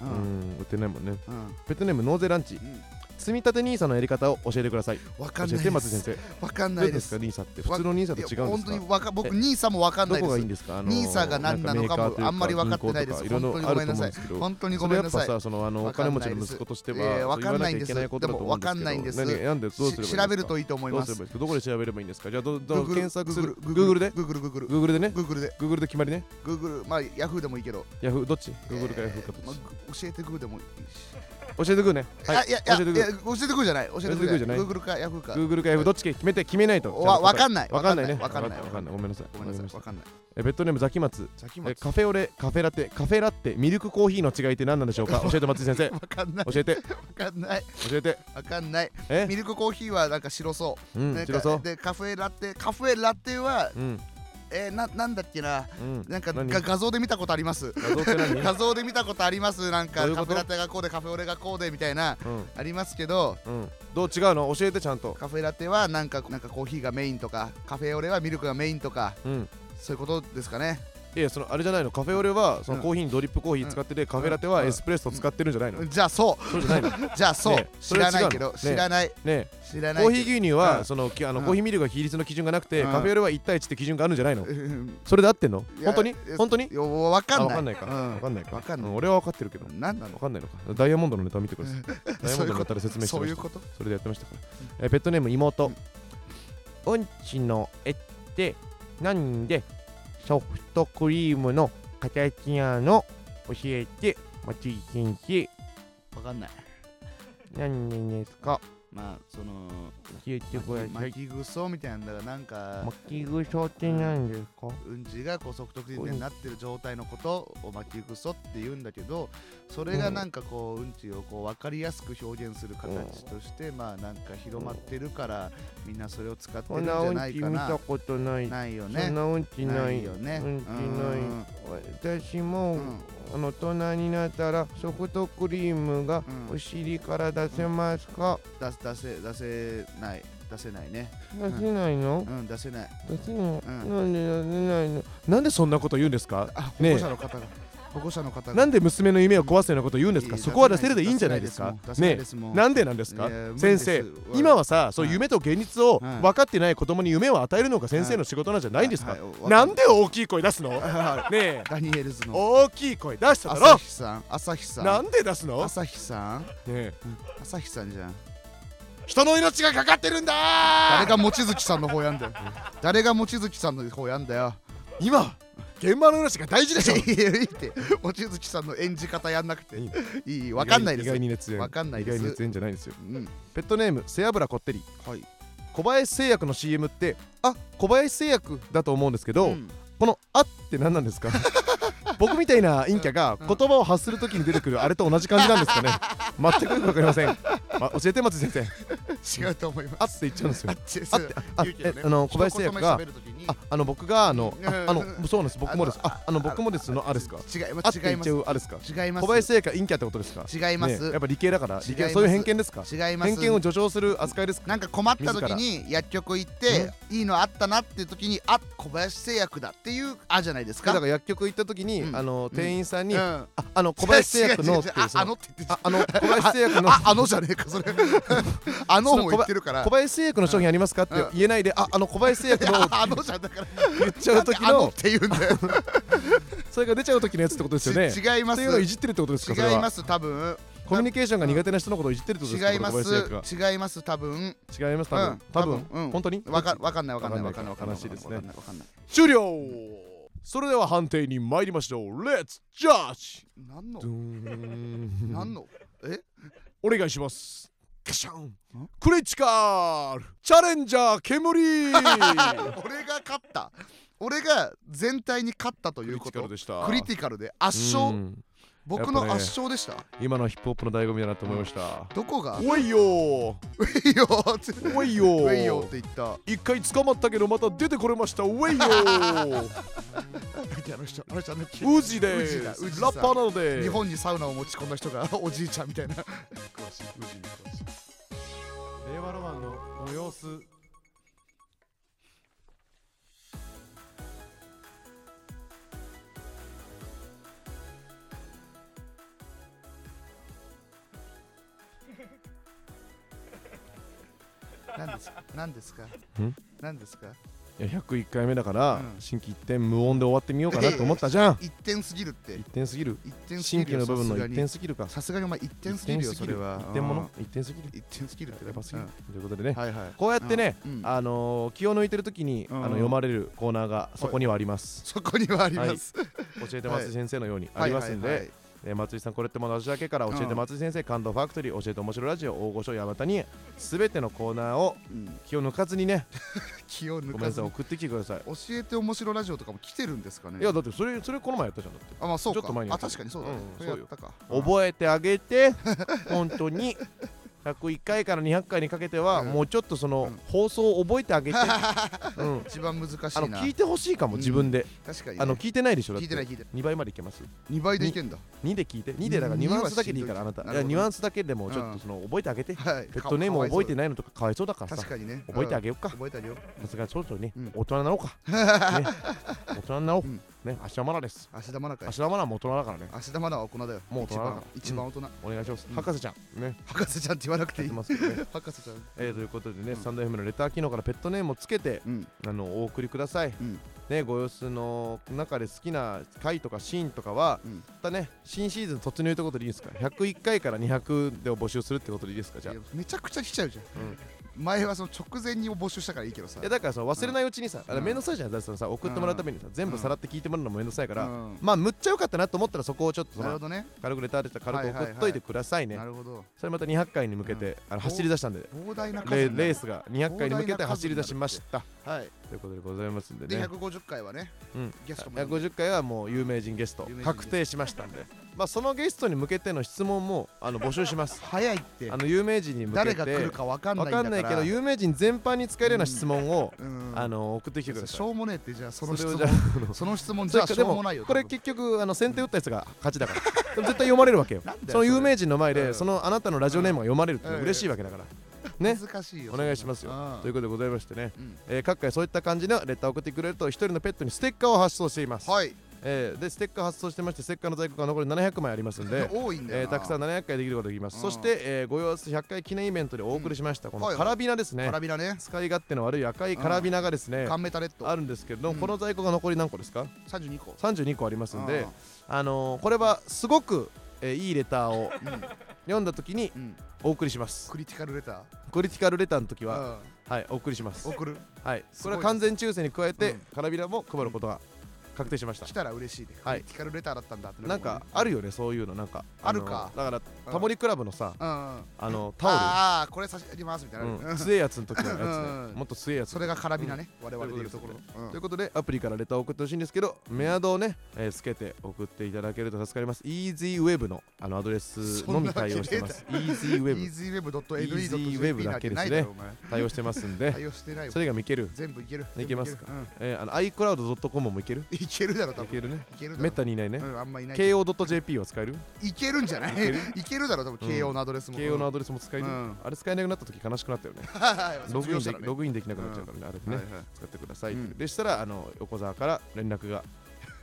[SPEAKER 1] 売ってないもんね
[SPEAKER 2] うん
[SPEAKER 1] ペットネームノーゼランチ
[SPEAKER 2] うん
[SPEAKER 1] 積み立て NISA のやり方を教えてください
[SPEAKER 2] わ
[SPEAKER 1] 教
[SPEAKER 2] かんな
[SPEAKER 1] え
[SPEAKER 2] い
[SPEAKER 1] て松井
[SPEAKER 2] です
[SPEAKER 1] 先生
[SPEAKER 2] わかん
[SPEAKER 1] ど
[SPEAKER 2] な
[SPEAKER 1] う
[SPEAKER 2] い
[SPEAKER 1] で
[SPEAKER 2] ですす
[SPEAKER 1] か NISA って普通の NISA と違
[SPEAKER 2] いや
[SPEAKER 1] うん
[SPEAKER 2] 本
[SPEAKER 1] です
[SPEAKER 2] 当
[SPEAKER 1] か
[SPEAKER 2] にわか僕兄さんもわかん
[SPEAKER 1] ど
[SPEAKER 2] ないで
[SPEAKER 1] こがいいん
[SPEAKER 2] す
[SPEAKER 1] ですか、あ
[SPEAKER 2] NISA が何なのかも
[SPEAKER 1] なんメーカーという
[SPEAKER 2] あんまりわかってないです
[SPEAKER 1] 銀行とかいろいろあると思うんですけど
[SPEAKER 2] 本当にごめんなさい
[SPEAKER 1] それやっぱさそのあのお
[SPEAKER 2] わか
[SPEAKER 1] 金
[SPEAKER 2] ん
[SPEAKER 1] 持
[SPEAKER 2] な
[SPEAKER 1] ち
[SPEAKER 2] いです
[SPEAKER 1] の息子としては、
[SPEAKER 2] いやわかんな
[SPEAKER 1] 言わ
[SPEAKER 2] いん
[SPEAKER 1] きゃ
[SPEAKER 2] です
[SPEAKER 1] けないことだと思うんですけど
[SPEAKER 2] でもわかんないんです
[SPEAKER 1] 何何でどうすればいいんです
[SPEAKER 2] し
[SPEAKER 1] か
[SPEAKER 2] 調べるといいと思い
[SPEAKER 1] どう
[SPEAKER 2] ます
[SPEAKER 1] ればいいで
[SPEAKER 2] す
[SPEAKER 1] すかどこで調べればいいんですかじゃあどど
[SPEAKER 2] Google
[SPEAKER 1] 検索する
[SPEAKER 2] Google
[SPEAKER 1] Google で
[SPEAKER 2] Google Google
[SPEAKER 1] Google でね
[SPEAKER 2] Google で
[SPEAKER 1] Google で決まりね
[SPEAKER 2] Google まあ Yahoo でもいいけど
[SPEAKER 1] Yahoo どっち Google か
[SPEAKER 2] えー
[SPEAKER 1] Yahoo かどっ
[SPEAKER 2] まあ
[SPEAKER 1] ち、
[SPEAKER 2] 教えて Google でもいいし
[SPEAKER 1] 教えてくるね
[SPEAKER 2] あ
[SPEAKER 1] はい
[SPEAKER 2] いやい
[SPEAKER 1] 教
[SPEAKER 2] や
[SPEAKER 1] えてく
[SPEAKER 2] いや
[SPEAKER 1] る
[SPEAKER 2] 教えてくるじゃない教えてくるじゃない
[SPEAKER 1] 教えて
[SPEAKER 2] Google か Yahoo か
[SPEAKER 1] Google か Yahoo どっちか決めて決めないと
[SPEAKER 2] わわか
[SPEAKER 1] ん
[SPEAKER 2] んない
[SPEAKER 1] わかんないね
[SPEAKER 2] わかんない
[SPEAKER 1] わかんないごめんなさい
[SPEAKER 2] ごめんなさ
[SPEAKER 1] わ
[SPEAKER 2] い
[SPEAKER 1] かりまし
[SPEAKER 2] わかんない
[SPEAKER 1] たえベッドネームザキマツ
[SPEAKER 2] ザキマ
[SPEAKER 1] え
[SPEAKER 2] ツ
[SPEAKER 1] カフェオレカフェラテカフェラテミルクコーヒーの違いって何なんでしょうか教えて松井先生
[SPEAKER 2] わかんない
[SPEAKER 1] 教えて
[SPEAKER 2] わかんない
[SPEAKER 1] 教えて
[SPEAKER 2] わかんない
[SPEAKER 1] え
[SPEAKER 2] ミルクコーヒーはなんか白そうう、
[SPEAKER 1] ん
[SPEAKER 2] なん
[SPEAKER 1] 白そう
[SPEAKER 2] かでカフェラテカフェラテは
[SPEAKER 1] うん
[SPEAKER 2] えー、ななんだっけな
[SPEAKER 1] うん
[SPEAKER 2] なんか
[SPEAKER 1] 何
[SPEAKER 2] が画像で見たことあります
[SPEAKER 1] 画像って何
[SPEAKER 2] 画像で見たことありますなんか
[SPEAKER 1] どういうこと
[SPEAKER 2] カフェラテがこうでカフェオレがこうでみたいな
[SPEAKER 1] うん
[SPEAKER 2] ありますけど
[SPEAKER 1] うんどう違うの教えてちゃんと
[SPEAKER 2] カフェラテはなんかなんかコーヒーがメインとかカフェオレはミルクがメインとか
[SPEAKER 1] うん
[SPEAKER 2] そういうことですかね
[SPEAKER 1] いやそのあれじゃないのカフェオレはその
[SPEAKER 2] うん
[SPEAKER 1] コーヒーにドリップコーヒー使っててカフェラテはエスプレッソ使ってるんじゃないの
[SPEAKER 2] じゃあそ
[SPEAKER 1] そうじゃないのね
[SPEAKER 2] うじゃあそう、
[SPEAKER 1] ねえそ
[SPEAKER 2] 知
[SPEAKER 1] れは
[SPEAKER 2] らない
[SPEAKER 1] 違
[SPEAKER 2] け
[SPEAKER 1] う
[SPEAKER 2] ど
[SPEAKER 1] のねえ
[SPEAKER 2] 知らない
[SPEAKER 1] え
[SPEAKER 2] 知ら
[SPEAKER 1] コ
[SPEAKER 2] ない
[SPEAKER 1] ーヒー牛乳
[SPEAKER 2] う
[SPEAKER 1] は
[SPEAKER 2] ん
[SPEAKER 1] そのきあの
[SPEAKER 2] うん
[SPEAKER 1] コーヒーミルが比率の基準がなくて
[SPEAKER 2] うん
[SPEAKER 1] カフェオレは1対1って基準があるんじゃないの
[SPEAKER 2] うん
[SPEAKER 1] それで合ってんの
[SPEAKER 2] いや
[SPEAKER 1] 本当に
[SPEAKER 2] え
[SPEAKER 1] 本当に
[SPEAKER 2] よわ
[SPEAKER 1] あ
[SPEAKER 2] かん
[SPEAKER 1] わ
[SPEAKER 2] ない
[SPEAKER 1] かんないか
[SPEAKER 2] うん
[SPEAKER 1] わかんないか
[SPEAKER 2] わかんない
[SPEAKER 1] うん俺はわかってるけどわ
[SPEAKER 2] なんなの
[SPEAKER 1] かんないのかダイヤモンドのネタ見てくださいダイヤモンドのネタで説明して
[SPEAKER 2] そ
[SPEAKER 1] ま
[SPEAKER 2] うい
[SPEAKER 1] し
[SPEAKER 2] う
[SPEAKER 1] た
[SPEAKER 2] こと
[SPEAKER 1] それでやってましたからえペットネーム妹うんちの絵ってなんでソフトクリームの形なの教えて松井先生
[SPEAKER 2] わかんない
[SPEAKER 1] 何年ですか
[SPEAKER 2] まあその
[SPEAKER 1] 言ってくださ
[SPEAKER 2] 巻
[SPEAKER 1] い
[SPEAKER 2] きぐそみたいなんだがなんか
[SPEAKER 1] 巻きぐそって何ですか
[SPEAKER 2] うんちがこう側直になってる状態のことを巻きぐそって言うんだけどそれがなんかこううんちをこう分かりやすく表現する形としてまあなんか広まってるからみんなそれを使って
[SPEAKER 1] そ
[SPEAKER 2] るん
[SPEAKER 1] ん
[SPEAKER 2] じ
[SPEAKER 1] な
[SPEAKER 2] ゃ
[SPEAKER 1] うん
[SPEAKER 2] ない
[SPEAKER 1] ち
[SPEAKER 2] か
[SPEAKER 1] 見
[SPEAKER 2] な
[SPEAKER 1] た。ことない
[SPEAKER 2] ないよ
[SPEAKER 1] そん
[SPEAKER 2] ね。
[SPEAKER 1] なうんちない
[SPEAKER 2] よね。
[SPEAKER 1] うんちない
[SPEAKER 2] うん
[SPEAKER 1] 私も、
[SPEAKER 2] うん
[SPEAKER 1] あの大人になったらソフトクリームが
[SPEAKER 2] うん
[SPEAKER 1] お尻から出せますか、
[SPEAKER 2] 出す出せ出せない出せないね。
[SPEAKER 1] 出せないの
[SPEAKER 2] う、ん出せない。
[SPEAKER 1] 出せない、
[SPEAKER 2] うん
[SPEAKER 1] なんで出せないのなんでそんなこと言うんですか
[SPEAKER 2] あ保
[SPEAKER 1] ねえ
[SPEAKER 2] 護者の方が保護者の方が。
[SPEAKER 1] なんで娘の夢を壊すようなこと言うんです
[SPEAKER 2] い
[SPEAKER 1] か
[SPEAKER 2] や
[SPEAKER 1] そこは出せるでいいんじゃないですか
[SPEAKER 2] 出せな
[SPEAKER 1] ね
[SPEAKER 2] いですもん出せないですもん
[SPEAKER 1] なんでなんですか
[SPEAKER 2] いや無理
[SPEAKER 1] 先
[SPEAKER 2] です
[SPEAKER 1] 生今はさ、そう
[SPEAKER 2] はい
[SPEAKER 1] 夢と現実を
[SPEAKER 2] はい
[SPEAKER 1] 分かってない子供に夢を与えるのが先生の仕事なんじゃないんですか、
[SPEAKER 2] はいはいわ
[SPEAKER 1] なんで大きい声出すのねえ
[SPEAKER 2] ダニエルズの
[SPEAKER 1] 大きい声出しただ
[SPEAKER 2] 朝
[SPEAKER 1] ろ
[SPEAKER 2] 日さん朝日さん
[SPEAKER 1] なんで出すの、ね
[SPEAKER 2] 朝日さん
[SPEAKER 1] え、
[SPEAKER 2] 朝日さんじゃん
[SPEAKER 1] 人の命がかかってるんだ
[SPEAKER 2] 誰が望月さんの方やんだよ誰が望月さんの方やんだよ
[SPEAKER 1] 今現場の命が大事でしょ
[SPEAKER 2] いやいいって望月さんの演じ方やんなくて
[SPEAKER 1] いい
[SPEAKER 2] いいわかんないです
[SPEAKER 1] 意外に熱演
[SPEAKER 2] わかんないです
[SPEAKER 1] 意外に熱演じゃないですよ
[SPEAKER 2] うん
[SPEAKER 1] ペットネーム背脂こってり
[SPEAKER 2] はい
[SPEAKER 1] 小林製薬の CM ってあ小林製薬だと思うんですけど、
[SPEAKER 2] うん
[SPEAKER 1] この「あ」って何なんです か僕みたいな陰キャが言葉を発するときに出てくるあれと同じ感じなんですか ね全くよくわかりませんあ教えて松井先生
[SPEAKER 2] 違うと思います
[SPEAKER 1] 「あ」って言っちゃうんです
[SPEAKER 2] あ
[SPEAKER 1] よ
[SPEAKER 2] っち
[SPEAKER 1] あってあ
[SPEAKER 2] 言うけど
[SPEAKER 1] え
[SPEAKER 2] ね
[SPEAKER 1] あの小林製
[SPEAKER 2] 一
[SPEAKER 1] 薬
[SPEAKER 2] 言目
[SPEAKER 1] が
[SPEAKER 2] 喋る時に
[SPEAKER 1] ああの僕があのああの
[SPEAKER 2] うん
[SPEAKER 1] そうなんです僕もですああの僕もですの「あ」ですか
[SPEAKER 2] 違い
[SPEAKER 1] 「あ」
[SPEAKER 2] ま
[SPEAKER 1] って
[SPEAKER 2] す違い
[SPEAKER 1] 言っ
[SPEAKER 2] ま
[SPEAKER 1] ちゃう「あ」ですか
[SPEAKER 2] す違います
[SPEAKER 1] 小林製薬が陰キャってことですか
[SPEAKER 2] 違いま
[SPEAKER 1] ねえ
[SPEAKER 2] す
[SPEAKER 1] やっぱ理系だから理
[SPEAKER 2] 違い
[SPEAKER 1] 系
[SPEAKER 2] ます
[SPEAKER 1] そういう偏見ですか
[SPEAKER 2] 違います
[SPEAKER 1] 偏見を助長する扱いですか
[SPEAKER 2] なんか困った時に薬局行っていいのあったなっていう時にあ小林製薬だっていうあじゃないです
[SPEAKER 1] だ
[SPEAKER 2] か
[SPEAKER 1] から薬局行った時に、
[SPEAKER 2] うん
[SPEAKER 1] あの
[SPEAKER 2] うん
[SPEAKER 1] 店員さんに、
[SPEAKER 2] うん
[SPEAKER 1] ああの小林製薬のって
[SPEAKER 2] 違う違う違う
[SPEAKER 1] いう
[SPEAKER 2] あ
[SPEAKER 1] そ
[SPEAKER 2] あ
[SPEAKER 1] の
[SPEAKER 2] のって言って
[SPEAKER 1] ああの小林製薬の
[SPEAKER 2] ああのじゃねえか それあのも言ってるから
[SPEAKER 1] 小林製薬の商品ありますかって
[SPEAKER 2] うん
[SPEAKER 1] 言えないで、ああの小林製薬の
[SPEAKER 2] ああのじゃだから
[SPEAKER 1] 言っちゃう時
[SPEAKER 2] あの
[SPEAKER 1] の
[SPEAKER 2] って言うんだよ
[SPEAKER 1] それが出ちゃう時のやつってことですよね。
[SPEAKER 2] ち違いま
[SPEAKER 1] って
[SPEAKER 2] す
[SPEAKER 1] いうのをいじってるってことですかそれ
[SPEAKER 2] 違いま
[SPEAKER 1] は
[SPEAKER 2] す多分
[SPEAKER 1] コミュニケーションが苦手な人のことをいじってるってことですか
[SPEAKER 2] 違いま
[SPEAKER 1] この小林製
[SPEAKER 2] す違います多分
[SPEAKER 1] 薬が違います多分、
[SPEAKER 2] うん
[SPEAKER 1] 多分
[SPEAKER 2] 多分うん
[SPEAKER 1] 本当に
[SPEAKER 2] わかわかんないわかんないわ
[SPEAKER 1] わ
[SPEAKER 2] か
[SPEAKER 1] かん
[SPEAKER 2] んな
[SPEAKER 1] ないい
[SPEAKER 2] わかんない
[SPEAKER 1] 悲しいですね
[SPEAKER 2] わかんないわかんない
[SPEAKER 1] 終了それでは判定に参りましょう Let's judge
[SPEAKER 2] 何の
[SPEAKER 1] ドゥーン
[SPEAKER 2] 何のえ
[SPEAKER 1] お願いしますカシャン
[SPEAKER 2] ん
[SPEAKER 1] クリティカルチャレンジャー 煙
[SPEAKER 2] 俺が勝った俺が全体に勝ったと
[SPEAKER 1] と
[SPEAKER 2] いうこと
[SPEAKER 1] でした
[SPEAKER 2] クリティカルで圧勝
[SPEAKER 1] うん
[SPEAKER 2] 僕
[SPEAKER 1] やっ
[SPEAKER 2] の
[SPEAKER 1] ぱね
[SPEAKER 2] 圧勝でした
[SPEAKER 1] 今のヒップホップの醍醐味だなと思いました
[SPEAKER 2] どこが
[SPEAKER 1] おいよー
[SPEAKER 2] ウェイヨーってウ
[SPEAKER 1] おいよー
[SPEAKER 2] ェイヨーって言った
[SPEAKER 1] 一回捕まったけどまた出てこれましたウェイよ ー
[SPEAKER 2] あの人あの人あの人
[SPEAKER 1] ウジで
[SPEAKER 2] ウジだウジ
[SPEAKER 1] す
[SPEAKER 2] さ
[SPEAKER 1] ラ
[SPEAKER 2] ん
[SPEAKER 1] ッパーなので
[SPEAKER 2] 日本にサウナを持ち込んだ人がおじいちゃんみたいな詳しい無事に詳しい
[SPEAKER 1] 令和ロマンのこの様子
[SPEAKER 2] 何です何ですか何ですか
[SPEAKER 1] いや101回目だから、
[SPEAKER 2] うん
[SPEAKER 1] 新規一点無音で終わってみようかなと思ったじゃん
[SPEAKER 2] 一点すぎるって
[SPEAKER 1] 一点すぎる
[SPEAKER 2] 一点す
[SPEAKER 1] 新
[SPEAKER 2] ぎる
[SPEAKER 1] 規
[SPEAKER 2] よ
[SPEAKER 1] の部分の
[SPEAKER 2] さすが
[SPEAKER 1] 一
[SPEAKER 2] に
[SPEAKER 1] 点すぎるか
[SPEAKER 2] さすがにお前一点すぎるよ
[SPEAKER 1] 一
[SPEAKER 2] そ
[SPEAKER 1] 点
[SPEAKER 2] れ
[SPEAKER 1] ぎる
[SPEAKER 2] は
[SPEAKER 1] 一点も
[SPEAKER 2] うん
[SPEAKER 1] の一点すぎる
[SPEAKER 2] 一点すぎるって
[SPEAKER 1] やばすぎる
[SPEAKER 2] う
[SPEAKER 1] ということでね
[SPEAKER 2] んはいはい
[SPEAKER 1] こうやってね、
[SPEAKER 2] うん
[SPEAKER 1] あのー気を抜いてる時に、
[SPEAKER 2] うん
[SPEAKER 1] あの読まれるコーナーがそこにはあります、
[SPEAKER 2] そこにはあります
[SPEAKER 1] 教えて松井先生のようにあ
[SPEAKER 2] はい
[SPEAKER 1] りますんで、
[SPEAKER 2] はいはい
[SPEAKER 1] えー松井さんこれってもう私だけから教え
[SPEAKER 2] う
[SPEAKER 1] て
[SPEAKER 2] ん
[SPEAKER 1] 松井先生感動ファクトリー教えて面白いラジオ大御所山谷全てのコーナーを
[SPEAKER 2] うん
[SPEAKER 1] 気を抜かずにね
[SPEAKER 2] 気を
[SPEAKER 1] ご
[SPEAKER 2] 抜
[SPEAKER 1] めん
[SPEAKER 2] か
[SPEAKER 1] な
[SPEAKER 2] ず
[SPEAKER 1] さい
[SPEAKER 2] に
[SPEAKER 1] 送ってきてください
[SPEAKER 2] 教えて面白ラジオとかも来てるんですかね
[SPEAKER 1] いやだってそれそれこの前やったじゃんだって
[SPEAKER 2] あまあそうか
[SPEAKER 1] ちょっと前にや
[SPEAKER 2] あ
[SPEAKER 1] った
[SPEAKER 2] 確かにそうだ、
[SPEAKER 1] うん
[SPEAKER 2] それやったか
[SPEAKER 1] 覚えてあげて本当に101回から200回にかけては、
[SPEAKER 2] うん
[SPEAKER 1] もうちょっとその、
[SPEAKER 2] うん
[SPEAKER 1] 放送を覚えてあげ て、うん、
[SPEAKER 2] 一番難しいな
[SPEAKER 1] あの聞いてほしいかも自分で、
[SPEAKER 2] 確かに、ね、
[SPEAKER 1] あの聞いてないでしょだっ
[SPEAKER 2] 聞いてない聞いて
[SPEAKER 1] 2倍までいけます
[SPEAKER 2] ない2倍でいけんだ
[SPEAKER 1] 2で聞いて2でだからニュアンスだけでいいからあ
[SPEAKER 2] 二は
[SPEAKER 1] な
[SPEAKER 2] しんど
[SPEAKER 1] たい
[SPEAKER 2] いなる
[SPEAKER 1] や
[SPEAKER 2] ほど
[SPEAKER 1] ニュアンスだけでもちょっとその覚えてあげて、
[SPEAKER 2] はい
[SPEAKER 1] ペットネームを覚えてな
[SPEAKER 2] ない
[SPEAKER 1] いのとかかわいそうだからさ
[SPEAKER 2] 確かにね
[SPEAKER 1] 覚えてあ
[SPEAKER 2] げ
[SPEAKER 1] げようか
[SPEAKER 2] 覚えてあげよう
[SPEAKER 1] さすがにそろそろね、
[SPEAKER 2] うん
[SPEAKER 1] 大人になろうか、 ね、大人になろう、
[SPEAKER 2] うん
[SPEAKER 1] ね芦田愛菜です
[SPEAKER 2] 芦田愛菜かい
[SPEAKER 1] 芦田愛菜も大人だからね
[SPEAKER 2] 芦田愛菜は大人だよ
[SPEAKER 1] もう大人だから
[SPEAKER 2] 一番一番大人、
[SPEAKER 1] お願いします、
[SPEAKER 2] うん
[SPEAKER 1] 博士ちゃんね
[SPEAKER 2] 博士ちゃんって言わなくて
[SPEAKER 1] やっ
[SPEAKER 2] いい
[SPEAKER 1] てますけどね、
[SPEAKER 2] 博士ちゃん
[SPEAKER 1] えーということでね、
[SPEAKER 2] うん
[SPEAKER 1] スタンド FM のレター機能からペットネームをつけて
[SPEAKER 2] うん
[SPEAKER 1] あのお送りください、
[SPEAKER 2] うん
[SPEAKER 1] ねご様子の中で好きな回とかシーンとかは、
[SPEAKER 2] うん
[SPEAKER 1] またね新シーズン突入ということでいいですか101回から200で募集するってことでいいですかじゃあ
[SPEAKER 2] いやめちゃくちゃ来ちゃうじゃん、
[SPEAKER 1] うん
[SPEAKER 2] 前はその直前に募集したからいいけどさ
[SPEAKER 1] いやだからさ忘れないうちにさ、あれ
[SPEAKER 2] うん
[SPEAKER 1] 面倒くさいじゃんだってそのさ送ってもらうためにさ、全部さらって聞いてもらうのも面倒くさいから、
[SPEAKER 2] うん
[SPEAKER 1] まあむっちゃ良かったなと思ったらそこをちょっと
[SPEAKER 2] なる
[SPEAKER 1] さ
[SPEAKER 2] ほどね
[SPEAKER 1] 軽くレターで軽く
[SPEAKER 2] はいはい
[SPEAKER 1] 送
[SPEAKER 2] はい
[SPEAKER 1] っといてくださいね、
[SPEAKER 2] なるほど
[SPEAKER 1] それまた200回に向けて、あの走り出したんで
[SPEAKER 2] 膨大な数
[SPEAKER 1] レレ
[SPEAKER 2] になる
[SPEAKER 1] ースが200回に向けて走り出しました
[SPEAKER 2] はい
[SPEAKER 1] ということでございますんで
[SPEAKER 2] で
[SPEAKER 1] ね
[SPEAKER 2] 150回はね
[SPEAKER 1] うん
[SPEAKER 2] ゲストも呼んで
[SPEAKER 1] 150回はもう有名人ゲスト
[SPEAKER 2] 有名人ゲスト
[SPEAKER 1] 確定しましたんで、まあ、そのゲストに向けての質問もあ の募集します
[SPEAKER 2] 早いって
[SPEAKER 1] あの有名人に向けて
[SPEAKER 2] 誰が来るか分かんな
[SPEAKER 1] わ
[SPEAKER 2] いんだから
[SPEAKER 1] かんないけど有名人全般に使えるような質問を、
[SPEAKER 2] うん
[SPEAKER 1] あの送ってきてくだ
[SPEAKER 2] し
[SPEAKER 1] さい
[SPEAKER 2] ょうもねえってじゃあその質
[SPEAKER 1] れを
[SPEAKER 2] 問
[SPEAKER 1] じゃあ
[SPEAKER 2] その質問
[SPEAKER 1] そ
[SPEAKER 2] じ
[SPEAKER 1] れ
[SPEAKER 2] ゃあ
[SPEAKER 1] か
[SPEAKER 2] し
[SPEAKER 1] で
[SPEAKER 2] ょうもない
[SPEAKER 1] も
[SPEAKER 2] よ
[SPEAKER 1] これ
[SPEAKER 2] 多分
[SPEAKER 1] 結局あの先手打ったやつが勝ちだからでも絶対読まれるわけよ
[SPEAKER 2] なんだよ
[SPEAKER 1] その
[SPEAKER 2] それ
[SPEAKER 1] 有名人の前
[SPEAKER 2] う
[SPEAKER 1] で
[SPEAKER 2] ん
[SPEAKER 1] そのあなたのラジオネームが読まれるっていうの
[SPEAKER 2] う
[SPEAKER 1] は
[SPEAKER 2] ん
[SPEAKER 1] 嬉しいわけだからね
[SPEAKER 2] 難しいよ
[SPEAKER 1] お願いしますよ
[SPEAKER 2] うん
[SPEAKER 1] ということでございましてね
[SPEAKER 2] うん
[SPEAKER 1] えー各回そういった感じのレターを送ってくれると一人のペットにステッカーを発送しています
[SPEAKER 2] はい
[SPEAKER 1] えーでステッカー発送してましてステッカーの在庫が残り700枚ありますんで
[SPEAKER 2] 多いんだよ
[SPEAKER 1] えー
[SPEAKER 2] な
[SPEAKER 1] たくさん700回できることができます
[SPEAKER 2] うん
[SPEAKER 1] そしてえーご様子100回記念イベントでお送りしましたこの
[SPEAKER 2] はいはい
[SPEAKER 1] カラビナですね
[SPEAKER 2] カラビナね
[SPEAKER 1] 使い勝手の悪い赤いカラビナがですね
[SPEAKER 2] カンメタレッド
[SPEAKER 1] あるんですけれど
[SPEAKER 2] う
[SPEAKER 1] も
[SPEAKER 2] ん
[SPEAKER 1] この在庫が残り何個ですか
[SPEAKER 2] 32個
[SPEAKER 1] 32個ありますんであのーこれはすごく、えーいいレターを
[SPEAKER 2] うんうん
[SPEAKER 1] 読んだ時に
[SPEAKER 2] うん
[SPEAKER 1] お送りします
[SPEAKER 2] クリティカルレタ
[SPEAKER 1] クリティカルレターの時は、
[SPEAKER 2] ー
[SPEAKER 1] はいお送りします
[SPEAKER 2] うん送る
[SPEAKER 1] はい
[SPEAKER 2] す
[SPEAKER 1] こ
[SPEAKER 2] ごい
[SPEAKER 1] れは完全抽選に加えて、
[SPEAKER 2] うん
[SPEAKER 1] カラビナも配ることが確定しました
[SPEAKER 2] 来たら嬉しいねクリ
[SPEAKER 1] はい
[SPEAKER 2] ティカルレターだったんだって
[SPEAKER 1] なんかあるよねそういうのなんか
[SPEAKER 2] あるか
[SPEAKER 1] のだから、
[SPEAKER 2] うん
[SPEAKER 1] タモリクラブのさ
[SPEAKER 2] うんうん
[SPEAKER 1] あのタ
[SPEAKER 2] ああこれ差し上げますみたい
[SPEAKER 1] オ
[SPEAKER 2] な
[SPEAKER 1] ル、
[SPEAKER 2] のある
[SPEAKER 1] うん、
[SPEAKER 2] ね
[SPEAKER 1] 強えやつの時のやつね、
[SPEAKER 2] うん
[SPEAKER 1] もっと強えやつ
[SPEAKER 2] それがカラビナね我々でいうところうん
[SPEAKER 1] ということでアプリからレターを送ってほしいんですけどメアドをね、えーつけて送っていただけると助かります EasyWeb のあのアドレスのみ対応してます
[SPEAKER 2] イ
[SPEAKER 1] EasyWeb
[SPEAKER 2] ー z y w e b n e
[SPEAKER 1] easyweb
[SPEAKER 2] j p
[SPEAKER 1] だ
[SPEAKER 2] だ
[SPEAKER 1] け
[SPEAKER 2] けで
[SPEAKER 1] ですね
[SPEAKER 2] すね。お前
[SPEAKER 1] 対応してますんで
[SPEAKER 2] 対応してないよ
[SPEAKER 1] そ。れがいける
[SPEAKER 2] 全部いける。
[SPEAKER 1] いけますか
[SPEAKER 2] 全部
[SPEAKER 1] えー、あの iCloud.com もいける
[SPEAKER 2] いけるうんいけるだろ、多
[SPEAKER 1] い
[SPEAKER 2] 分。
[SPEAKER 1] けるね。
[SPEAKER 2] いけるだろ。
[SPEAKER 1] めったにいないね
[SPEAKER 2] う。んあんまいないけど。
[SPEAKER 1] KO.jp は使える
[SPEAKER 2] いけるんじゃないいけるだろ、多分。
[SPEAKER 1] うん
[SPEAKER 2] KO のアドレスも。
[SPEAKER 1] ?KO のアドレスも使える
[SPEAKER 2] うん
[SPEAKER 1] あれ使えなくなった時悲しくなったよね。
[SPEAKER 2] はい
[SPEAKER 1] ログ
[SPEAKER 2] 卒
[SPEAKER 1] イ
[SPEAKER 2] 業
[SPEAKER 1] ン
[SPEAKER 2] した
[SPEAKER 1] で
[SPEAKER 2] らね
[SPEAKER 1] ログインできなくなっちゃうからね。あれね。
[SPEAKER 2] はいはい
[SPEAKER 1] 使ってください
[SPEAKER 2] うん。
[SPEAKER 1] でしたら、あの横澤から連絡が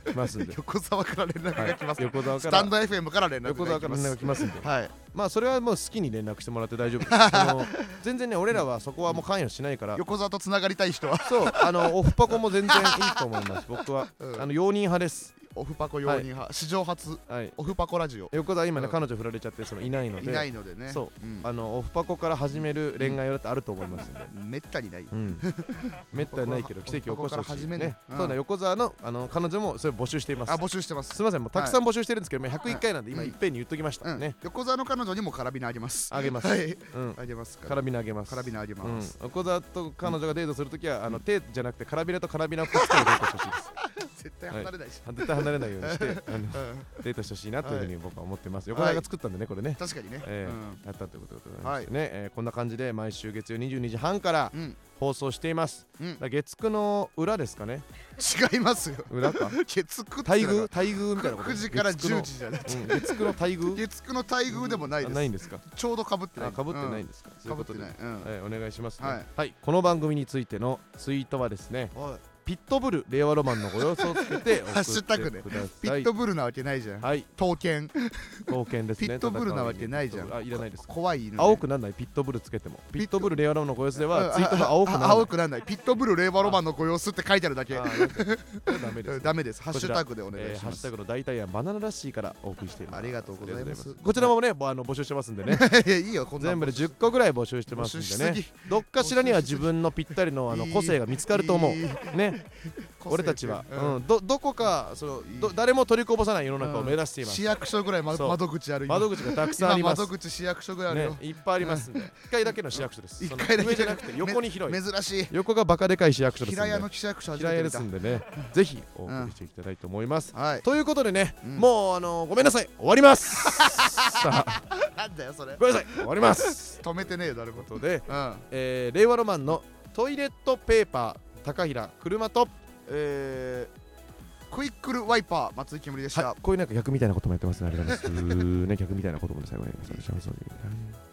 [SPEAKER 1] 来ます んで。
[SPEAKER 2] 横沢から連絡
[SPEAKER 1] は
[SPEAKER 2] が
[SPEAKER 1] い
[SPEAKER 2] 来ます。
[SPEAKER 1] 横澤
[SPEAKER 2] ス
[SPEAKER 1] か
[SPEAKER 2] タンド
[SPEAKER 1] ら。
[SPEAKER 2] FM から連絡が来
[SPEAKER 1] 横
[SPEAKER 2] ま
[SPEAKER 1] 澤
[SPEAKER 2] す。
[SPEAKER 1] から連絡が来ますんで。
[SPEAKER 2] はい。
[SPEAKER 1] まあそれはもう好きに連絡してもらって大丈夫 です。あの全然ね、俺らはそこはもう関与しないから。
[SPEAKER 2] 横沢と繋がりたい人は、
[SPEAKER 1] そう、あのオフパコも全然いいと思います。僕は
[SPEAKER 2] うん
[SPEAKER 1] あの容認派です。
[SPEAKER 2] オフパコ容認派。史上初、
[SPEAKER 1] はい。
[SPEAKER 2] オフパコラジオ。
[SPEAKER 1] 横澤今ね
[SPEAKER 2] うん
[SPEAKER 1] 彼女振られちゃってそのいないの
[SPEAKER 2] い
[SPEAKER 1] で。
[SPEAKER 2] ないのでね。
[SPEAKER 1] そ
[SPEAKER 2] うん
[SPEAKER 1] あのオフパコから始める恋愛だってあると思いますんで、
[SPEAKER 2] めったにない。
[SPEAKER 1] うん、めったにないけど奇跡を起こしてほ
[SPEAKER 2] オフパコから
[SPEAKER 1] し
[SPEAKER 2] 始
[SPEAKER 1] い、
[SPEAKER 2] め
[SPEAKER 1] ね
[SPEAKER 2] るうん
[SPEAKER 1] そうだ横澤のあの彼女もそれ募集しています
[SPEAKER 2] あ、募集してます
[SPEAKER 1] す。みませんもうたくさん募集してるんですけど、まあ101回なんで今
[SPEAKER 2] うん
[SPEAKER 1] いっぺんに言っときました、
[SPEAKER 2] うん
[SPEAKER 1] ね、
[SPEAKER 2] 横沢の彼女にもカラビナあげます。
[SPEAKER 1] あげます
[SPEAKER 2] はい。
[SPEAKER 1] うん、
[SPEAKER 2] あげますか
[SPEAKER 1] カ
[SPEAKER 2] ら
[SPEAKER 1] ラ。ビナあげます
[SPEAKER 2] カラビナあげ
[SPEAKER 1] う
[SPEAKER 2] ま
[SPEAKER 1] ん
[SPEAKER 2] す。、
[SPEAKER 1] 横澤と彼女がデートするときは、あの手じゃなくてカラビナとカラビナをくっつけてデートしてほしいです
[SPEAKER 2] 絶対離れないし。
[SPEAKER 1] 絶対離れないようにしてあの
[SPEAKER 2] うん
[SPEAKER 1] デートしてほしいなというふうに僕は思ってます、
[SPEAKER 2] はい
[SPEAKER 1] 横澤が作ったんでねこれね、
[SPEAKER 2] 確かにね。
[SPEAKER 1] えー
[SPEAKER 2] うん
[SPEAKER 1] やったということでございましてね、えーこんな感じで毎週月曜22時半から
[SPEAKER 2] うん。
[SPEAKER 1] 放送しています、
[SPEAKER 2] うん
[SPEAKER 1] だから月9の裏ですかね
[SPEAKER 2] 違いますよ。
[SPEAKER 1] 裏 か
[SPEAKER 2] 月9
[SPEAKER 1] 待遇待遇みたいなこと
[SPEAKER 2] 9時から
[SPEAKER 1] 月九の
[SPEAKER 2] 10時じゃなくて。
[SPEAKER 1] うん月9の待遇
[SPEAKER 2] 月9の待遇でもない
[SPEAKER 1] あない
[SPEAKER 2] です
[SPEAKER 1] ん。ですか
[SPEAKER 2] ちょうどかぶってな
[SPEAKER 1] あ
[SPEAKER 2] い。
[SPEAKER 1] かぶってないんですか
[SPEAKER 2] うん。
[SPEAKER 1] そうい
[SPEAKER 2] か
[SPEAKER 1] う
[SPEAKER 2] ぶ
[SPEAKER 1] こ
[SPEAKER 2] って
[SPEAKER 1] とで
[SPEAKER 2] ない。うん
[SPEAKER 1] はい、お願いしますね、
[SPEAKER 2] は
[SPEAKER 1] はいいこの番組についてのツイートはですね
[SPEAKER 2] おい
[SPEAKER 1] ピットブル令和ロマンのご様子をつけて
[SPEAKER 2] ハッシュタ
[SPEAKER 1] 送
[SPEAKER 2] グ
[SPEAKER 1] っ
[SPEAKER 2] ね
[SPEAKER 1] てくだ
[SPEAKER 2] ピ
[SPEAKER 1] さ
[SPEAKER 2] ッ
[SPEAKER 1] い
[SPEAKER 2] トブルなわけないじゃん。
[SPEAKER 1] はい
[SPEAKER 2] 刀剣。
[SPEAKER 1] 貢献ですね
[SPEAKER 2] ピットブルなわけないじゃん
[SPEAKER 1] あいらないですか
[SPEAKER 2] 怖い犬ね。
[SPEAKER 1] 青くなんないピットブルつけてもピットブル令和ロマンのご様子で
[SPEAKER 2] うん。
[SPEAKER 1] はツイートが青くなん
[SPEAKER 2] ああ
[SPEAKER 1] ない
[SPEAKER 2] 青くなんない。ピットブルレーバーロマンのご様子って書いてあるだけ
[SPEAKER 1] あ。なんかこれダメです、
[SPEAKER 2] う
[SPEAKER 1] ね
[SPEAKER 2] んダメ です。ハッ
[SPEAKER 1] こち
[SPEAKER 2] シュ
[SPEAKER 1] ら
[SPEAKER 2] タグでお願
[SPEAKER 1] え
[SPEAKER 2] い
[SPEAKER 1] ー
[SPEAKER 2] し
[SPEAKER 1] ハッ
[SPEAKER 2] ま
[SPEAKER 1] シュ
[SPEAKER 2] す
[SPEAKER 1] タ。グの大体はバナナらしいからお送りしています
[SPEAKER 2] ありがとうございます
[SPEAKER 1] ありがとうござこちらもね、もうあの募集してますんでね
[SPEAKER 2] いやいいよ、 こんな
[SPEAKER 1] 全部で10個ぐらい募集してますんで
[SPEAKER 2] 募集
[SPEAKER 1] ね
[SPEAKER 2] しす
[SPEAKER 1] どっかしらには自分のぴったりのあの
[SPEAKER 2] いい
[SPEAKER 1] 個性が見つかると思う
[SPEAKER 2] いい
[SPEAKER 1] ね俺たちは、うん、どどこかそのど
[SPEAKER 2] いい
[SPEAKER 1] 誰も取りこぼさない世の中を目指しています
[SPEAKER 2] 市役所ぐらいま
[SPEAKER 1] そう
[SPEAKER 2] 窓口あるよ
[SPEAKER 1] 窓口がたくさんあ
[SPEAKER 2] 今
[SPEAKER 1] りま
[SPEAKER 2] 窓
[SPEAKER 1] す
[SPEAKER 2] 口市役所ぐらいある
[SPEAKER 1] ね
[SPEAKER 2] よ、
[SPEAKER 1] いっぱいありますんで1回だけの市役所です
[SPEAKER 2] 一
[SPEAKER 1] その
[SPEAKER 2] 回だけ
[SPEAKER 1] 上じゃなくて横に広
[SPEAKER 2] め
[SPEAKER 1] い
[SPEAKER 2] 珍しい
[SPEAKER 1] 横がバカでかい市役所です
[SPEAKER 2] 平
[SPEAKER 1] ん
[SPEAKER 2] 屋
[SPEAKER 1] で
[SPEAKER 2] の市役所初
[SPEAKER 1] 平
[SPEAKER 2] め
[SPEAKER 1] 屋で
[SPEAKER 2] て見
[SPEAKER 1] す
[SPEAKER 2] た
[SPEAKER 1] んでねぜひお送りしていきたいと思います
[SPEAKER 2] はい
[SPEAKER 1] ということでね、
[SPEAKER 2] うん
[SPEAKER 1] もうあのごめんなさい終わります さあ
[SPEAKER 2] なんだよそれ
[SPEAKER 1] ごめんなさい終わります
[SPEAKER 2] 止めてねえよ誰も
[SPEAKER 1] ということで、
[SPEAKER 2] うん
[SPEAKER 1] えー令和ロマンのトイレットペーパー高平車と
[SPEAKER 2] えークイックルワイパー松井けむりでし た
[SPEAKER 1] はい、こういうなんか役みたいなこともやってますねありがとうございますね客みたいなこともね最後にやりますお願いします